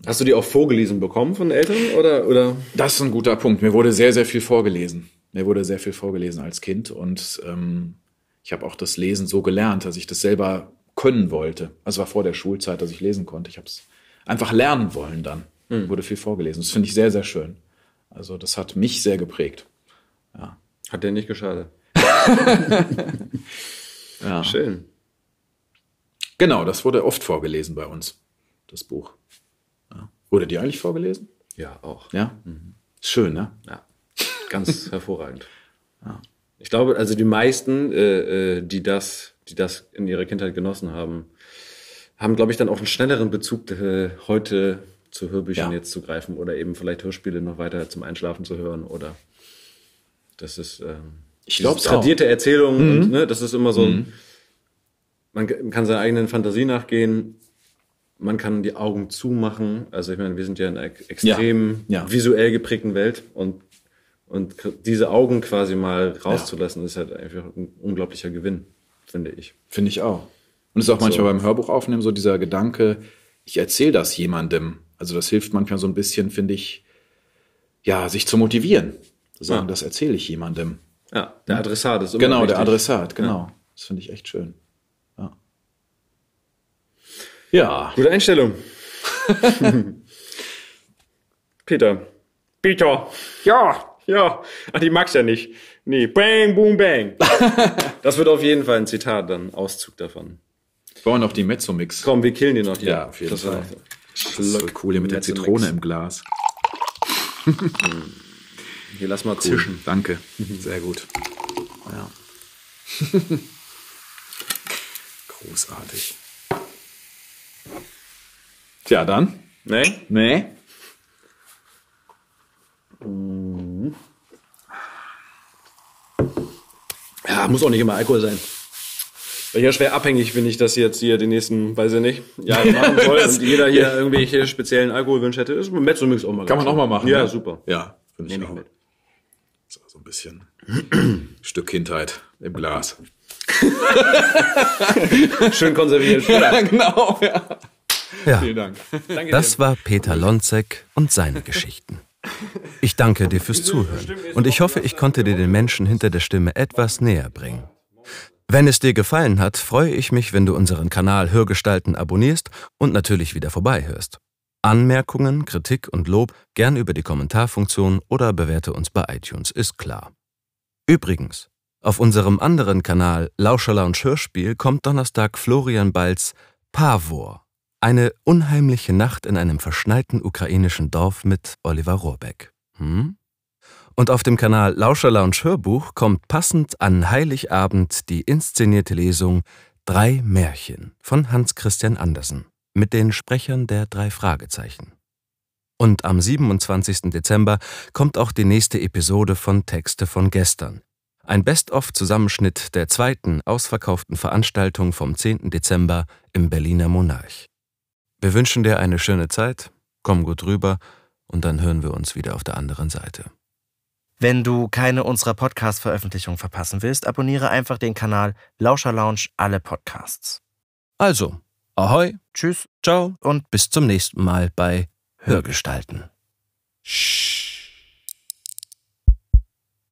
Speaker 5: Hast du die auch vorgelesen bekommen von Eltern oder oder?
Speaker 3: Das ist ein guter Punkt. Mir wurde sehr, sehr viel vorgelesen. Mir wurde sehr viel vorgelesen als Kind und ähm, ich habe auch das Lesen so gelernt, dass ich das selber können wollte. Also war vor der Schulzeit, dass ich lesen konnte. Ich habe es einfach lernen wollen dann. Mir Wurde viel vorgelesen. Das finde ich sehr, sehr schön. Also das hat mich sehr geprägt.
Speaker 5: Hat der nicht geschadet.
Speaker 3: Ja.
Speaker 5: Schön.
Speaker 3: Genau, das wurde oft vorgelesen bei uns, das Buch. Ja. Wurde dir eigentlich vorgelesen?
Speaker 5: Ja, auch.
Speaker 3: Ja. Ist Schön, ne?
Speaker 5: Ja, ganz hervorragend. Ich glaube, also die meisten, äh, äh, die das, die das in ihrer Kindheit genossen haben, haben, glaube ich, dann auch einen schnelleren Bezug äh, heute zu Hörbüchern
Speaker 3: Ja.
Speaker 5: jetzt zu greifen oder eben vielleicht Hörspiele noch weiter zum Einschlafen zu hören oder das ist ähm, ich
Speaker 3: glaub's auch. Mhm.
Speaker 5: tradierte Erzählungen und ne, das ist immer so ein, man k- kann seiner eigenen Fantasie nachgehen, man kann die Augen zumachen. Also ich meine, wir sind ja in einer extrem
Speaker 3: Ja, ja.
Speaker 5: visuell geprägten Welt und, und k- diese Augen quasi mal rauszulassen, ist halt einfach ein unglaublicher Gewinn, finde ich.
Speaker 3: Finde ich auch. Und es ist auch manchmal beim Hörbuch aufnehmen so dieser Gedanke, ich erzähle das jemandem. Also das hilft manchmal so ein bisschen, finde ich, ja, sich zu motivieren. Zu sagen,
Speaker 5: Ja.
Speaker 3: das erzähle ich jemandem.
Speaker 5: Ja, der Adressat ist immer
Speaker 3: Genau, der
Speaker 5: wichtig.
Speaker 3: Adressat, genau. Das finde ich echt schön. Ja. Ja,
Speaker 5: Gute Einstellung. Peter. Peter. Ja. Ja. Ach, die mag's ja nicht. Nee. Bang, boom, bang. das wird auf jeden Fall ein Zitat, dann Auszug davon.
Speaker 3: wollen wir noch die Mezzomix.
Speaker 5: Komm, wir killen den noch hier.
Speaker 3: Ja, auf jeden
Speaker 5: das
Speaker 3: Fall.
Speaker 5: war-
Speaker 3: Das ist voll cool hier mit der
Speaker 5: Mezzomix.
Speaker 3: Zitrone im Glas.
Speaker 5: Hier lass mal
Speaker 3: Cool.
Speaker 5: zischen.
Speaker 3: Danke.
Speaker 4: Mhm.
Speaker 3: Sehr gut. Ja. Großartig. Tja, dann.
Speaker 5: Nee?
Speaker 3: Nee.
Speaker 5: Ah,
Speaker 4: Ja, muss auch nicht immer Alkohol sein.
Speaker 5: Weil hier schwer abhängig bin ich, dass jetzt hier die nächsten, weiß ich nicht, Jahre machen soll und jeder hier irgendwelche speziellen Alkoholwünsche hätte. Das ist mit Mezzo Mix auch mal
Speaker 4: Kann man
Speaker 5: ganz
Speaker 4: auch mal machen.
Speaker 5: Ja,
Speaker 4: ne?
Speaker 5: super.
Speaker 4: Ja, finde ich
Speaker 5: Nehme ich
Speaker 4: auch.
Speaker 5: mit.
Speaker 4: So so ein bisschen Stück Kindheit im Glas.
Speaker 5: Schön konserviert.
Speaker 4: genau, ja.
Speaker 2: Ja,
Speaker 4: Vielen Dank.
Speaker 2: das war Peter Lonzek und seine Geschichten. Ich danke dir fürs Zuhören und ich hoffe, ich konnte dir den Menschen hinter der Stimme etwas näher bringen. Wenn es dir gefallen hat, freue ich mich, wenn du unseren Kanal Hörgestalten abonnierst und natürlich wieder vorbeihörst. Anmerkungen, Kritik und Lob gern über die Kommentarfunktion oder bewerte uns bei iTunes, ist klar. Übrigens, auf unserem anderen Kanal Lauscher Lounge Hörspiel kommt Donnerstag Florian Balz Pavor, eine unheimliche Nacht in einem verschneiten ukrainischen Dorf mit Oliver Rohrbeck. Hm? Und auf dem Kanal Lauscher Lounge Hörbuch kommt passend an Heiligabend die inszenierte Lesung Drei Märchen von Hans Christian Andersen mit den Sprechern der drei Fragezeichen. Und am 27. Dezember kommt auch die nächste Episode von Texte von gestern. Ein Best-of-Zusammenschnitt der zweiten ausverkauften Veranstaltung vom 10. Dezember im Berliner Monarch. Wir wünschen dir eine schöne Zeit, komm gut rüber und dann hören wir uns wieder auf der anderen Seite.
Speaker 1: Wenn du keine unserer Podcast-Veröffentlichungen verpassen willst, abonniere einfach den Kanal Lauscher Lounge alle Podcasts.
Speaker 2: Also, ahoi,
Speaker 1: Tschüss
Speaker 2: ciao
Speaker 1: und
Speaker 2: bis zum nächsten Mal bei Hörgestalten. Shh.